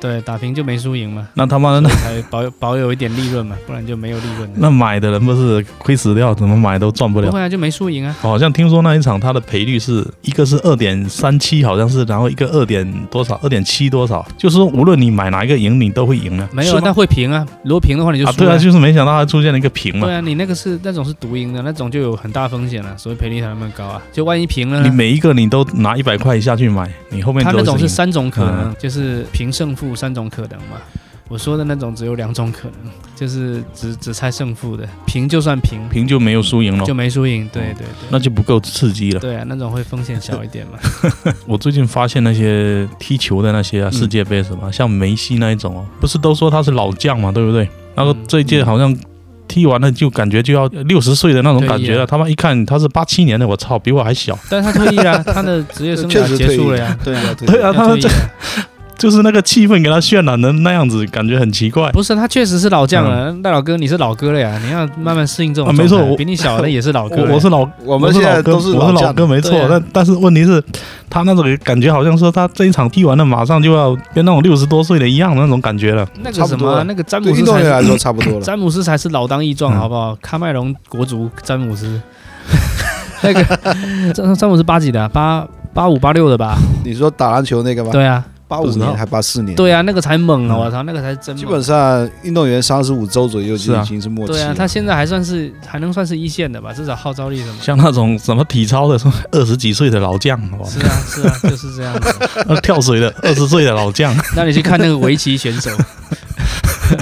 S1: 对，打平就没输赢嘛，
S2: 那他妈的那
S1: 所以才保 有保有一点利润嘛，不然就没有利润了。
S2: 那买的人不是亏死掉，怎么买都赚不了
S1: 不。会啊，就没输赢啊。
S2: 好像听说那一场他的赔率是一个是二点三七，好像是，然后一个二点多少，二点七多少，就是说无论你买哪一个赢，你都会赢了。
S1: 没有啊，
S2: 是吗
S1: 但会平啊。如果平的话，你就
S2: 啊，
S1: 输
S2: 对
S1: 了。
S2: 啊，就是没想到它出现了一个平嘛
S1: 对。啊，你那个是那种是独赢的，那种就有很大风险了，所以赔率才那么高啊。就万一平了
S2: 你
S1: 呢，
S2: 每一个你都拿一百块下去买，你后面
S1: 他
S2: 都
S1: 那种
S2: 是
S1: 是
S2: 赢
S1: 三种可能，
S2: 嗯
S1: 就是平胜负三种可能嘛。我说的那种只有两种可能，就是只只猜胜负的，平就算平，
S2: 平就没有输赢了
S1: 就，没输赢。对对
S2: 那
S1: 对，
S2: 就不够刺激了。
S1: 对啊，那种会风险小一点 嘛。
S2: 我最近发现那些踢球的那些、啊、
S1: 嗯
S2: 世界杯什么，像梅西那一种哦，不是都说他是老将嘛，对不对？然后
S1: 嗯
S2: 这一届好像踢完了就感觉就要六十岁的那种感
S1: 退
S2: 觉
S1: 役
S2: 了。
S1: 了
S2: 他妈一看他是八七年的，我操，比我还小。
S1: 但是他退役了，他的职业生
S3: 确
S1: 涯
S3: 实
S1: 结
S3: 退
S1: 束
S3: 役
S1: 了呀。
S3: 对啊，
S2: 对啊，
S1: 要
S2: 他
S1: 退役
S2: 这
S1: 了
S2: 就是那个气氛给他渲染的那样子，感觉很奇怪。
S1: 不是他确实是老将了，
S2: 嗯
S1: 大老哥你是老哥了呀，你要慢慢适应这种
S2: 啊
S1: 状态。
S2: 没错我
S1: 比你小的也是老哥
S2: 我
S1: 了呀。
S2: 我是老
S3: 我
S2: 我
S3: 们现在
S2: 老哥，
S3: 都是
S2: 我是老
S3: 将
S2: 哥，没错
S1: 对啊。
S2: 但但是问题是，他那种感觉好像说他这一场踢完了，马上就要跟那种六十多岁的一样的那种感觉了。
S1: 那
S3: 差
S1: 个
S3: 不
S1: 什
S3: 多
S1: 么啊
S3: 了，
S1: 那个詹
S3: 对
S1: 姆
S3: 运
S1: 斯
S3: 动
S1: 才
S3: 员啊
S1: 是
S3: 来说差不多了。
S1: 詹姆斯才是老当益壮，
S2: 嗯
S1: 好不好？喀麦隆国足詹姆 斯，那个詹詹姆斯八几的啊、八八五八六的吧？
S3: 你说打篮球那个吗？
S1: 对啊，
S3: 八五
S2: 不知道
S3: 年还八四年？
S1: 对啊，那个才猛啊！
S2: 嗯
S1: 我操，那个才是真
S3: 基本
S1: 猛。
S3: 上运动员三十五周左右
S2: 是
S3: 就
S2: 啊
S3: 已经是末期
S1: 对啊，
S3: 了。
S1: 他现在还算是还能算是一线的吧，至少号召力什么。
S2: 像那种什么体操的，什么二十几岁的老将，哇
S1: 是啊，是啊，就是这样子。
S2: 呃跳水的二十岁的老将，
S1: 那你去看那个围棋选手，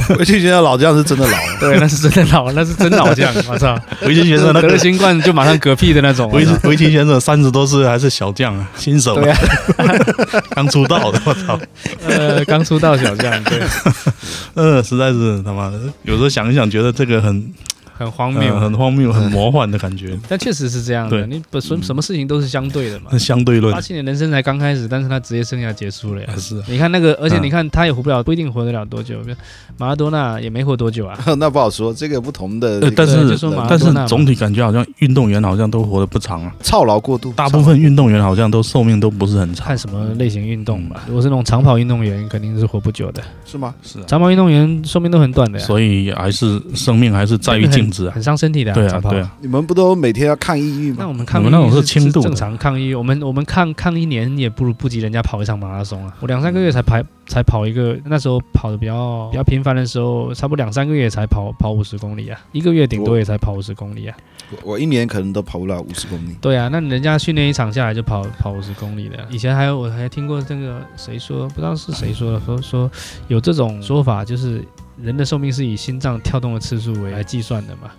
S3: 我就觉得老将是真的老了。
S1: 对，那是真的老，那是真老 将，我操！
S2: 围棋选手啊那
S1: 得了
S2: 个
S1: 新冠就马上嗝屁的那种。
S2: 围
S1: 我操
S2: 棋围棋选手三十多岁还是小将啊，新手
S3: 对啊，
S2: 刚出道的，我操，
S1: 呃，刚出道小将，对，
S2: 呃，实在是他妈的，有时候想一想，觉得这个很
S1: 很荒
S2: 呃
S1: 谬。
S2: 很荒谬、很魔幻的感觉。
S1: 但确实是这样的，
S2: 对嗯
S1: 你本身什么事情都是相对的嘛
S2: 那。相对论
S1: 八七年人生才刚开始，但是他职业生涯结束了呀
S2: 还。是
S1: 你看那个，而且
S2: 嗯
S1: 你看他也活不了，不一定活得了多久。比如马拉多纳也没活多久
S2: 嗯
S1: 啊。
S3: 那不好说，这个有不同的
S2: 呃
S3: 这个，
S2: 但
S1: 对就是说马拉
S2: 但
S1: 多
S2: 是
S1: 纳嘛
S2: 总体感觉好像运动员好像都活得不长啊，
S3: 操劳过度，
S2: 大部分运动员好像都寿命都不是很长
S1: 看。什么类型运动
S2: 嗯
S1: 吧，如果是那种长跑运动员，肯定是活不久的。
S3: 是吗？
S2: 是啊，
S1: 长跑运动员寿命都很短的呀。
S2: 所以还是生命还是在于
S1: 这个很
S2: 进样子啊。
S1: 很伤身体的、
S2: 对啊，
S1: 长胖
S2: 对。啊，
S3: 你们不都每天要抗抑郁
S1: 那
S3: 吗？
S1: 我们抗
S2: 我们那
S1: 议
S2: 种是轻度的
S1: 正常抗议，我们我们抗抗一年也不如不及人家跑一场马拉松啊！我两三个月才跑才跑一个，那时候跑的比较比较频繁的时候，差不多两三个月才跑跑五十公里啊，一个月顶多也才跑五十公里啊。
S3: 我我一年可能都跑不了五十公里。
S1: 对啊，那人家训练一场下来就跑跑五十公里的。以前还有我还听过这个谁说，不知道是谁说的，说说有这种说法，就是人的寿命是以心脏跳动的次数为来计算的嘛。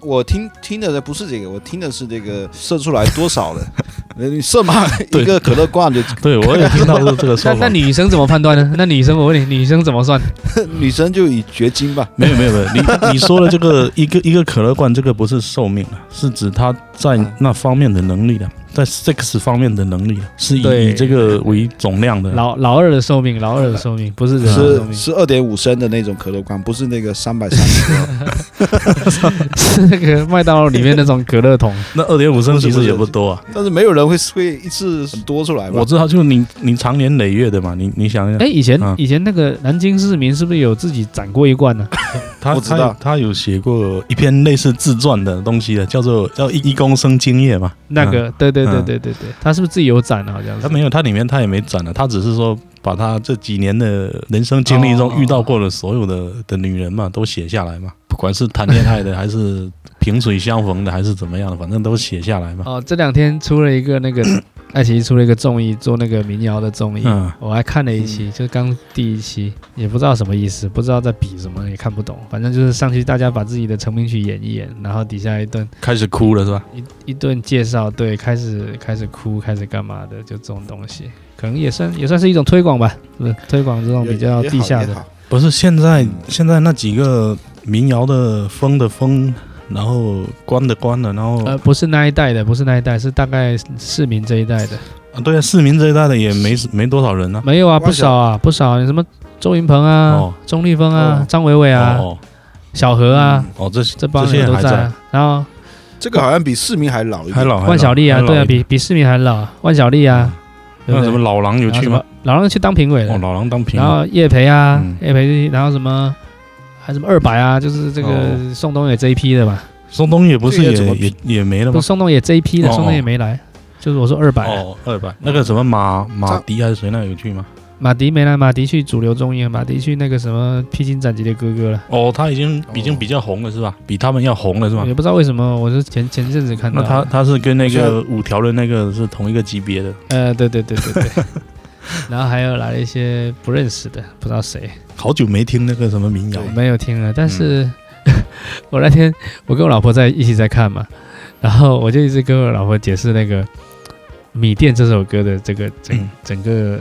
S3: 我听听的不是这个，我听的是这个射出来多少 了，你射满
S2: 对
S3: 一个可乐罐就，
S2: 对我也听到是这个说
S1: 那
S2: 法
S1: 那。女生怎么判断呢？ 那女生我问你，女生怎么算？
S3: 女生就以绝经吧。
S2: 没有没有没有，你你说的这个一个一个可乐罐，这个不是寿命啊，是指他在那方面的能力的，啊在 sex 方面的能力啊，是以
S1: 对
S2: 以这个为总量的。
S1: 老老二的寿命，老二的寿命不是人的寿
S3: 是
S1: 命，
S3: 是二点五升的那种可乐罐，不是那个三百三 十。
S1: 是那个麦当劳里面那种可乐 桶。
S2: 那二点五升其实也不多啊，
S3: 但是没有人会会一次多出来吧？
S2: 我知道，就你你常年累月的嘛，你你想想
S1: 哎，，以前
S2: 嗯
S1: 以前那个南京市民是不是有自己攒过一罐呢？
S2: 他
S3: 我知道
S2: 他他有写过一篇类似自传的东西的，叫做叫一一公升精液嘛。
S1: 那个，对对对
S2: 嗯
S1: 对对对，他是不是自己有攒啊？好像
S2: 他
S1: 是
S2: 没有，他里面他也没展了，啊他只是说把他这几年的人生经历中遇到过的所有的的女人嘛，都写下来嘛，不管是谈恋爱的，还是萍水相逢的，还是怎么样的，反正都写下来嘛。
S1: 哦，这两天出了一个 那个爱奇艺出了一个综艺，做那个民谣的综艺，
S2: 嗯
S1: 我还看了一期，就是刚第一期，也不知道什么意思，不知道在比什么，也看不懂，反正就是上去大家把自己的成名曲演一演，然后底下一顿
S2: 开始哭了是吧？
S1: 一一顿介绍，对，开始开始哭，开始干嘛的，就这种东西，可能也算也算是一种推广吧，是不是？推广这种比较地下的，
S2: 不是，现在
S3: 嗯
S2: 现在那几个民谣的风的风，然后关的关了，然后
S1: 呃，不是那一代的，不是那一代，是大概市民这一代的，
S2: 啊，对啊，市民这一代的也没没多少人呢、
S1: 没有啊，
S3: 我想
S1: 不少啊，不少啊、你什么周云鹏啊、
S2: 哦
S1: 钟立风啊、
S3: 哦
S1: 张伟伟啊、
S2: 哦
S1: 小何啊，
S2: 哦哦，这些
S1: 这帮
S2: 这些
S1: 人都
S2: 还
S1: 在啊、然后
S3: 这个好像比市民还老一
S2: 还
S3: 点。
S2: 老还老
S1: 万小利啊，
S2: 还老
S1: 对啊，
S2: 一点嗯
S1: 比比市民还老啊，万小利啊，对
S2: 那
S1: 不对
S2: 什么老狼有去？
S1: 然
S2: 吗
S1: 后？什么老让去当评委了
S2: 哦，，老狼当评
S1: 然
S2: 委，
S1: 后叶培啊
S2: 嗯，
S1: 叶培，然后什么，还什么二百啊，就是这个
S2: 哦
S1: 宋冬野这一批的嘛，
S2: 宋冬野不是
S3: 这个
S2: 也
S3: 怎么
S2: 也也没了
S1: 不
S2: 吗
S1: 是？宋冬野这一批的，
S2: 哦哦
S1: 宋冬野没来，就是我说二百，啊
S2: 哦，二百那个什么马马迪还是谁那有去吗？
S1: 马迪没来，马迪去主流综艺了，马迪去那个什么披荆斩棘的哥哥了，
S2: 哦，他已经已经
S3: 哦
S2: 比较红了是吧？比他们要红了是吧
S1: 也？不知道为什么，我是前前阵子看到的，
S2: 那他他是跟那
S3: 现
S2: 个五条的那个是同一个级别的，
S1: 呃，对对对对对， 然后还有来了一些不认识的，不知道谁，
S2: 好久没听那个什么民谣
S1: 我，没有听了，但是、
S2: 嗯
S1: 我那天我跟我老婆在一起在看嘛，然后我就一直跟我老婆解释那个《米店》这首歌的这个整、
S2: 嗯
S1: 整个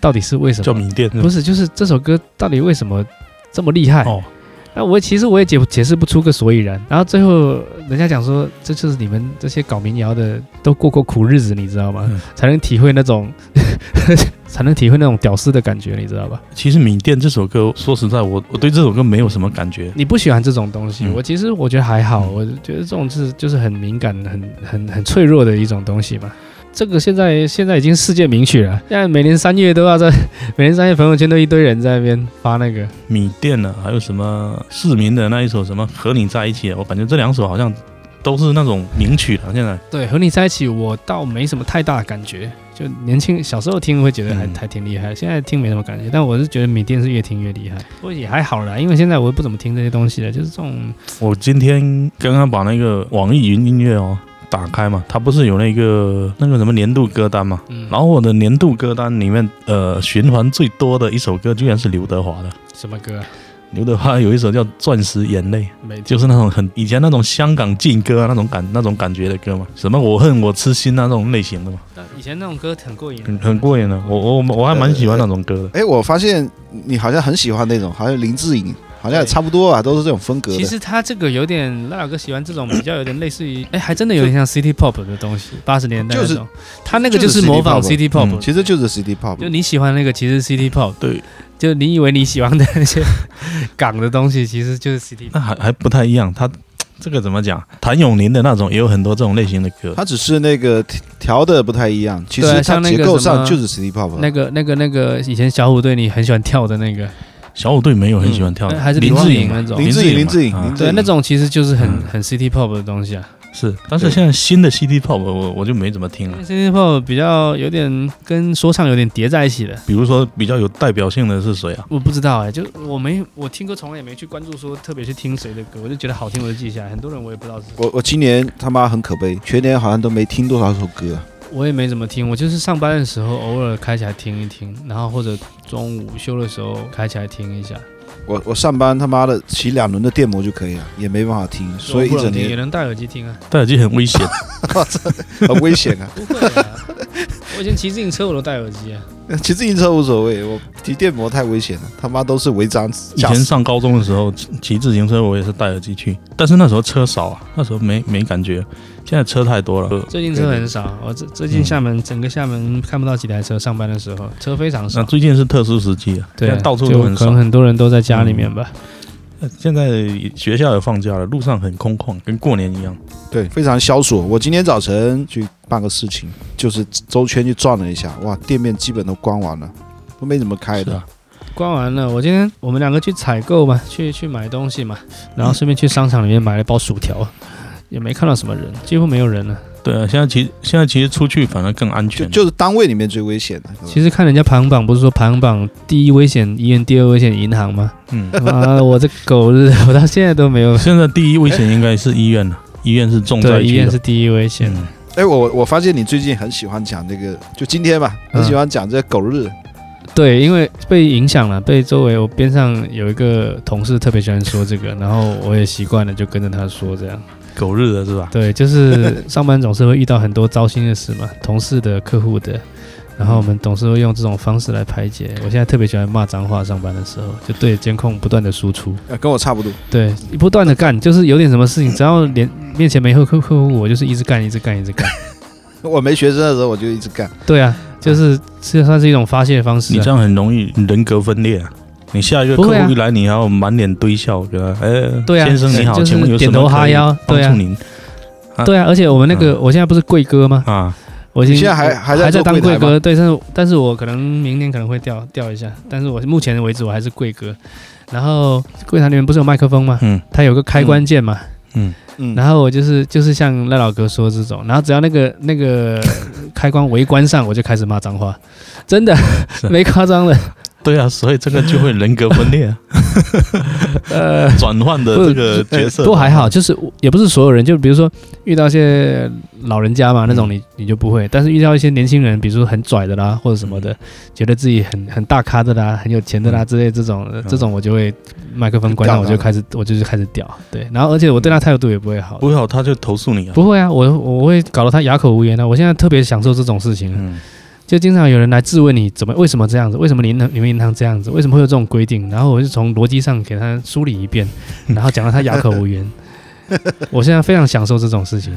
S1: 到底是为什
S2: 叫
S1: 么？
S2: 缅甸是吧
S1: 不是，就是这首歌到底为什么这么厉害？
S2: 哦，
S1: 那我其实我也解解释不出个所以然。然后最后人家讲说，这就是你们这些搞民谣的都过过苦日子，你知道吗？
S2: 嗯
S1: 才能体会那种 才能体会那种屌丝的感觉，你知道吧？
S2: 其实缅甸这首歌，说实在，我我对这首歌没有什么感觉。
S1: 你不喜欢这种东西，
S2: 嗯
S1: 我其实我觉得还好，
S2: 嗯
S1: 我觉得这种是就是很敏感、很很很脆弱的一种东西嘛。这个现在现在已经世界名曲了，现在每年三月都要在 每年三月朋友圈都一堆人在那边发那个，
S2: 缅甸呢，啊还有什么市民的那一首什么和你在一起，啊我感觉这两首好像都是那种名曲了。现在
S1: 对，和你在一起我倒没什么太大的感觉，就年轻小时候听会觉得还、
S2: 嗯
S1: 还挺厉害，现在听没什么感觉，但我是觉得缅甸是越听越厉害，不过也还好啦，因为现在我不怎么听这些东西了，就是这种
S2: 我今天刚刚把那个网易云音乐哦打开嘛，它不是有那个那个什么年度歌单嘛，
S1: 嗯，
S2: 然后我的年度歌单里面，呃，循环最多的一首歌居然是刘德华的。
S1: 什么歌啊、
S2: 刘德华有一首叫《钻石眼泪》，
S1: 没听
S2: 就是那种很以前那种香港劲歌啊那种感那种感觉的歌嘛，什么我恨我痴心啊那种类型的嘛，
S1: 但以前那种歌很过瘾的，
S2: 很很过瘾的。我我我还蛮喜欢那种歌的。
S3: 哎，我发现你好像很喜欢那种，好像林志颖，好像也差不多啊，都是这种风格
S1: 其
S3: 的。
S1: 实他这个有点，赖老哥喜欢这种比较有点类似于，哎，还真的有点像 City Pop 的东西，八十年代那
S3: 就是
S1: 种。他那个就
S3: 就是是
S1: 模仿 City
S3: City
S1: Pop，
S2: 嗯
S1: 其实
S3: 其实就是 City Pop，
S1: 就你喜欢那个其实 City Pop，
S2: 对，
S1: 就你以为你喜欢的那些港的东西，其实就是 City Pop。
S2: 那还还不太一样，他这个怎么讲？谭咏麟的那种也有很多这种类型的歌。
S3: 它只是那个调的不太一样，其
S1: 对啊
S3: 实它
S1: 像那个
S3: 结构
S1: 什么
S3: 上就是 City Pop 啊。
S1: 那个、那个、那个，以前小虎队你很喜欢跳的那个，
S2: 小虎队没有很喜欢跳的，
S1: 嗯还是
S2: 林
S1: 林
S2: 志
S1: 志
S2: 颖
S1: 颖
S2: 嘛
S1: 那种
S2: 林
S3: 志颖
S2: 嘛
S3: 林志颖
S2: 啊
S3: 林志
S1: 对，那种其实就是很
S2: 嗯
S1: 很 City Pop 的东西啊。
S2: 是，但是
S3: 对
S2: 现在新的 CD pop 我我我就没怎么听
S1: 因
S2: 了
S1: 为。City Pop 比较有点跟说唱有点叠在一起的，
S2: 比如说比较有代表性的是谁啊？
S1: 我不知道哎、就我没我听歌从来也没去关注说特别去听谁的歌，我就觉得好听我就记下来，很多人我也不知道是谁，
S3: 我我今年他妈很可悲，全年好像都没听多少首歌。
S1: 我也没怎么听，我就是上班的时候偶尔开起来听一听，然后或者中午午休的时候开起来听一下，
S3: 我我上班他妈的骑两轮的电摩就可以了，也没办法听，所以一
S1: 不能
S3: 整
S1: 听也
S3: 年
S1: 能戴耳机听啊，
S2: 戴耳机很危 险，
S3: 很危险啊。
S1: 不会啊， 我以前骑自行车我都戴耳机啊，
S3: 骑自行车无所谓，我骑电摩太危险了，他妈都是违章
S2: 以
S3: 驾
S2: 前
S3: 驶。
S2: 上高中的时候骑骑自行车，我也是戴耳机去，但是那时候车少啊，那时候没没感觉。现在车太多了，呃
S1: 最近车很少，我最最近厦门、整个厦门看不到几台车，上班的时候车非常
S2: 那
S1: 少，
S2: 最近是特殊时期啊，
S1: 对
S2: 现
S1: 啊，
S2: 在嗯到处
S1: 就
S2: 都很
S1: 可
S2: 少
S1: 能。很多人都在家里面吧。
S2: 呃现在学校也放假了，路上很空旷，跟过年一样。
S3: 对，非常萧索。我今天早晨去办个事情，就是周圈去转了一下，哇，店面基本都关完了，都没怎么开
S2: 是
S3: 的。
S2: 啊，
S1: 逛完了，我今天我们两个去采购嘛，去去买东西嘛，然后顺便去商场里面买了包薯条，也没看到什么人，几乎没有人了。
S2: 对啊，现在其现在其实出去反而更安
S3: 就
S2: 全。
S3: 就是单位里面最危险的。
S1: 其实看人家排行榜，不是说排行榜第一危险医院，第二危险银行吗？
S2: 嗯，
S1: 妈，我这狗日，我到现在都没有。
S2: 现在第一危险应该是医院了，医院是重灾
S1: 对，医
S2: 区
S1: 院
S2: 了。
S1: 是第一危险。
S2: 嗯
S3: 哎，我我发现你最近很喜欢讲这个，就今天吧，很
S1: 嗯
S3: 喜欢讲这狗日。
S1: 对，因为被影响了，被周围我哦边上有一个同事特别喜欢说这个，然后我也习惯了，就跟着他说这样。
S2: 狗日的是吧？
S1: 对，就是上班总是会遇到很多糟心的事嘛，同事的、客户的，然后我们总是会用这种方式来排解。我现在特别喜欢骂脏话，上班的时候就对着监控不断的输出，
S3: 呃，跟我差不多。
S1: 对，不断的干，就是有点什么事情，只要连面前没客客客户，我就是一直干，一直干，一直 干。
S3: 我没学生的时候我就一直干，
S1: 对啊，就是这算是一种发泄方式、
S2: 你这
S1: 啊。
S2: 样很容易人格分裂啊！你下一个
S1: 不
S2: 客
S1: 会啊
S2: 户一来，你要满脸堆笑，给他，哎，
S1: 对啊
S2: 先生你好，
S1: 就是
S2: 请问有什
S1: 点
S2: 么
S1: 头哈
S2: 可以
S1: 腰
S2: 帮
S1: 对啊
S2: 助嗯您
S1: 对啊，而且我们那个，我现在不是贵哥吗？
S2: 啊？
S1: 我已经
S3: 你现在还还在
S1: 还在
S3: 做
S1: 当
S3: 柜
S1: 贵
S3: 台吗
S1: 哥，对，但是但是我可能明年可能会调调一下，但是我目前为止我还是贵哥。然后柜台里面不是有麦克风吗？
S2: 嗯
S1: 它有个开关键嘛。
S2: 嗯，
S3: 嗯，
S1: 然后我就是就是像赖老哥说这种，然后只要那个那 个开关围关上，我就开始骂脏话，真的
S2: 是啊
S1: 没夸张的。
S2: 对啊，所以这个就会人格分裂啊，
S1: 呃，
S2: 转换的这个角色。
S1: 不过还好，就是我也不是所有人，就比如说遇到一些老人家嘛，那种你
S2: 嗯
S1: 你就不会，但是遇到一些年轻人，比如说很拽的啦，或者什么
S2: 嗯
S1: 的，觉得自己很很大咖的啦，很有钱的啦之类这种，
S2: 嗯
S1: 呃这种我就会麦克风关上，
S3: 就
S1: 我
S3: 屌他
S1: 就开始我就是开始屌，对，然后而且我对
S2: 嗯
S1: 他态度也不会好
S2: 不。会好，他就投诉你啊。
S1: 不会啊，我我会搞得他哑口无言的、啊我现在特别享受这种事情，啊
S2: 嗯，
S1: 就经常有人来质问你怎么为什么这样子，为什么你银行你们银行这样子，为什么会有这种规定？然后我就从逻辑上给他梳理一 遍，然后讲到他哑口无言。 我现在非常享受这种事情。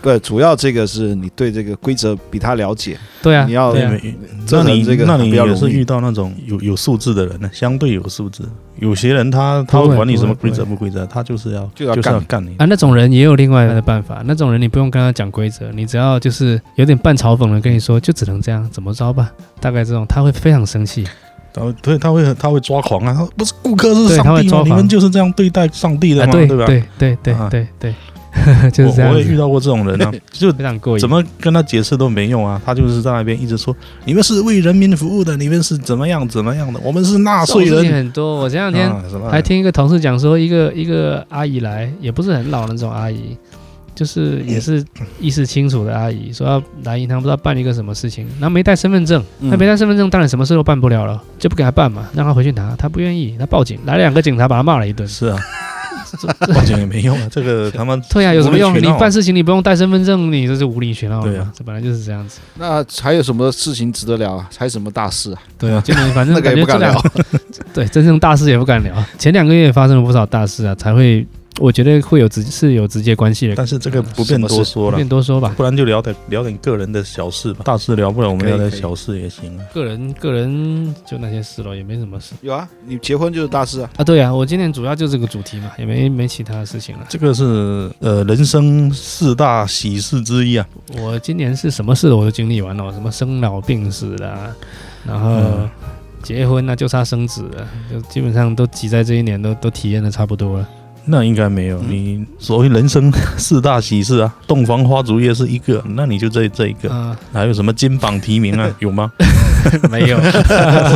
S3: 不，主要这个是你对这个规则比他了解，
S1: 对啊，
S3: 你要
S1: 对啊
S2: 没
S3: 这
S2: 那
S3: 很
S2: 你
S3: 这个
S2: 那你
S3: 比较
S2: 也是
S3: 容易
S2: 遇到那种有有素质的人呢，相对有素质。有些人他他
S1: 不会
S2: 管你什么
S1: 不会
S2: 规则不规则，他就是要
S3: 就要
S2: 就是要
S3: 干
S2: 干你。
S1: 啊，那种人也有另外的办法。那种人你不用跟他讲规则，你只要就是有点半嘲讽的跟你说，就只能这样，怎么着吧？大概这种他会非常生气。
S2: 他会对他会他会抓狂啊！他说不是顾客是
S1: 对他
S2: 上
S1: 会
S2: 帝
S1: 抓
S2: 吗？你
S1: 狂
S2: 们就是这样对待上帝的
S1: 啊，
S2: 吗？
S1: 对
S2: 吧？
S1: 对对对
S2: 啊
S1: 对 对，就是这
S2: 我
S1: 样
S2: 我也遇
S1: 子，
S2: 到过这种 人啊，就
S1: 非常过瘾。
S2: 怎么跟他解释都没用啊，他就是在那边一直说你们是为人民服务的，你们是怎么样怎么样的，我们是纳
S1: 这种
S2: 税
S1: 事情
S2: 人。
S1: 很多？我前两
S2: 啊
S1: 天
S2: 什么
S1: 还听一个同事讲说，一个一个阿姨来，也不是很老的那种阿姨，就是也是意识清楚的阿姨，说要来银行不知道办一个什么事情，然后没带身份证，
S3: 嗯
S1: 那没带身份证，当然什么事都办不了了，就不给他办嘛，让他回去拿，他不愿意，他报警，来两个警察把他骂了一顿。
S2: 是啊，报警也没用啊，这个他妈
S1: 对呀、有什么用？
S2: 无理
S1: 你
S2: 取闹啊
S1: 办事情你不用带身份证，你这是无理取闹了嘛。
S2: 对啊
S1: 这本来就是这样子。
S3: 那还有什么事情值得聊啊？还有什么大事啊？
S1: 对啊，今年反正
S3: 那个
S1: 感
S3: 也
S1: 觉
S3: 不
S1: 这
S3: 敢
S1: 两
S3: 聊。
S1: 对，真正大事也不敢聊。前两个月也发生了不少大事啊，才会我觉得会有直是有直接关系的。
S2: 但是这个不便
S3: 什么事
S2: 多说
S1: 不
S2: 了
S1: 便，多说吧。
S2: 不然就聊点聊点个人的小事吧，大事聊不了，我们
S3: 可以
S2: 聊点
S3: 可以
S2: 小事也行啊。
S1: 个人个人就那些事咯，也没什么事
S3: 有啊，你结婚就是大事啊。
S1: 啊。对啊，我今天主要就这个主题嘛，也没没其他的事情了。
S2: 这个是呃人生四大喜事之一啊，
S1: 我今年是什么事我都经历完了，什么生老病死的啊、然后
S2: 嗯
S1: 结婚那、就差生子了，就基本上都挤在这一年都都体验的差不多了。
S2: 那应该没有。
S3: 嗯
S2: 你所谓人生四大喜事啊，洞房花烛夜是一个，那你就这这一个，
S1: 啊、
S2: 还有什么金榜题名 啊？有吗？
S1: 没 有，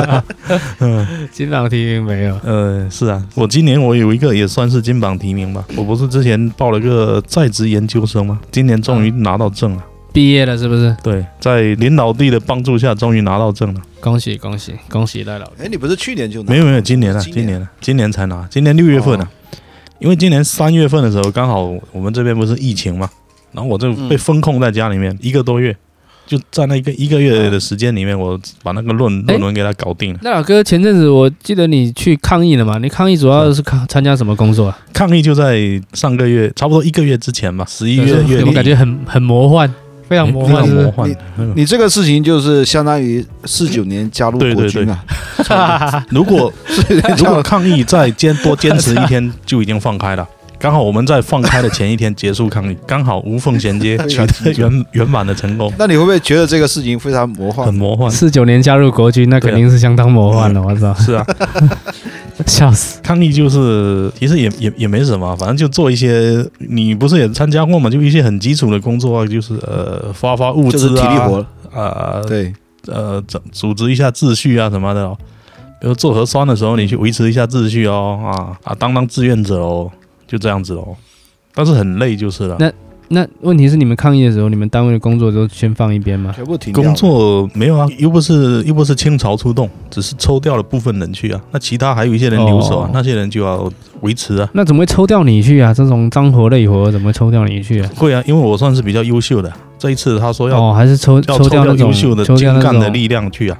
S3: 嗯
S1: 金榜题名没有。
S2: 呃，是啊，我今年我有一个也算是金榜题名吧。我不是之前报了个在职研究生吗？今年终于拿到证了。
S1: 毕业了是不是？
S2: 嗯对，在林老弟的帮助下，终于拿到证了。
S1: 恭喜恭喜恭喜赖老弟！
S3: 哎，你不是去年就拿
S2: 没有没有，今年啊，今
S3: 今年哦
S2: 年啊，今年才拿，今年六月份啊，因为今年三月份的时候，刚好我们这边不是疫情嘛，然后我就被
S3: 嗯
S2: 封控在家里面一个多月，就在那个一个月的时间里面，我把那个论
S1: 哎
S2: 论文给它搞定了。
S1: 赖老哥，前阵子我记得你去抗议了嘛？你抗议主要是抗参加什么工作啊？
S2: 抗议就在上个月，差不多一个月之前吧，十一
S1: 就
S2: 月
S1: 是
S2: 月
S1: 我
S2: 底，
S1: 感觉很很魔幻，非常
S2: 哎
S1: 魔
S2: 非
S1: 幻，
S2: 常
S1: 是不
S2: 魔
S1: 是？
S2: 幻。嗯
S3: 你这个事情就是相当于四九年加入
S2: 对
S3: 国
S2: 对
S3: 军啊，
S2: 如 果
S3: 49年 加入
S2: 如果抗议再坚多坚持一天，就已经放 开了。刚好我们在放开的前一天结束抗议，刚好无缝 衔接，取得圆圆满的成功，
S3: 那你会不会觉得这个事情非常魔
S2: 很
S3: 幻？
S2: 魔幻。
S1: 四九年加入国军，那肯定是相当魔幻了，我操，
S2: 是啊，
S1: 笑死！
S2: 抗议就是其实也也也没什么，反正就做一些，你不是也参加过嘛？就一些很基础的工作啊，就是呃发发物
S3: 就是
S2: 资
S3: 体
S2: 啊，
S3: 力活，
S2: 呃
S3: 对，
S2: 呃组组织一下秩序啊什么的、哦。比如做核酸的时候，你去维持一下秩序哦，啊啊，当当志愿者哦，就这样子哦。但是很累就是了
S1: 那，那问题是你们抗议的时候，你们单位的工作都先放一边吗？
S3: 全部停掉了
S2: 工作没有啊，又不是又不是倾巢出动，只是抽调了部分人去啊，那其他还有一些人留守啊，
S1: 哦
S2: 那些人就要维持啊。
S1: 那怎么会抽调你去啊？这种脏活累活怎么会抽调你去啊？
S2: 会啊，因为我算是比较优秀的。这一次他说要、
S1: 哦，还是抽
S2: 要
S1: 抽掉那
S2: 优
S1: 种
S2: 秀的、
S1: 抽
S2: 精
S1: 掉那
S2: 干的
S1: 种
S2: 力量去啊。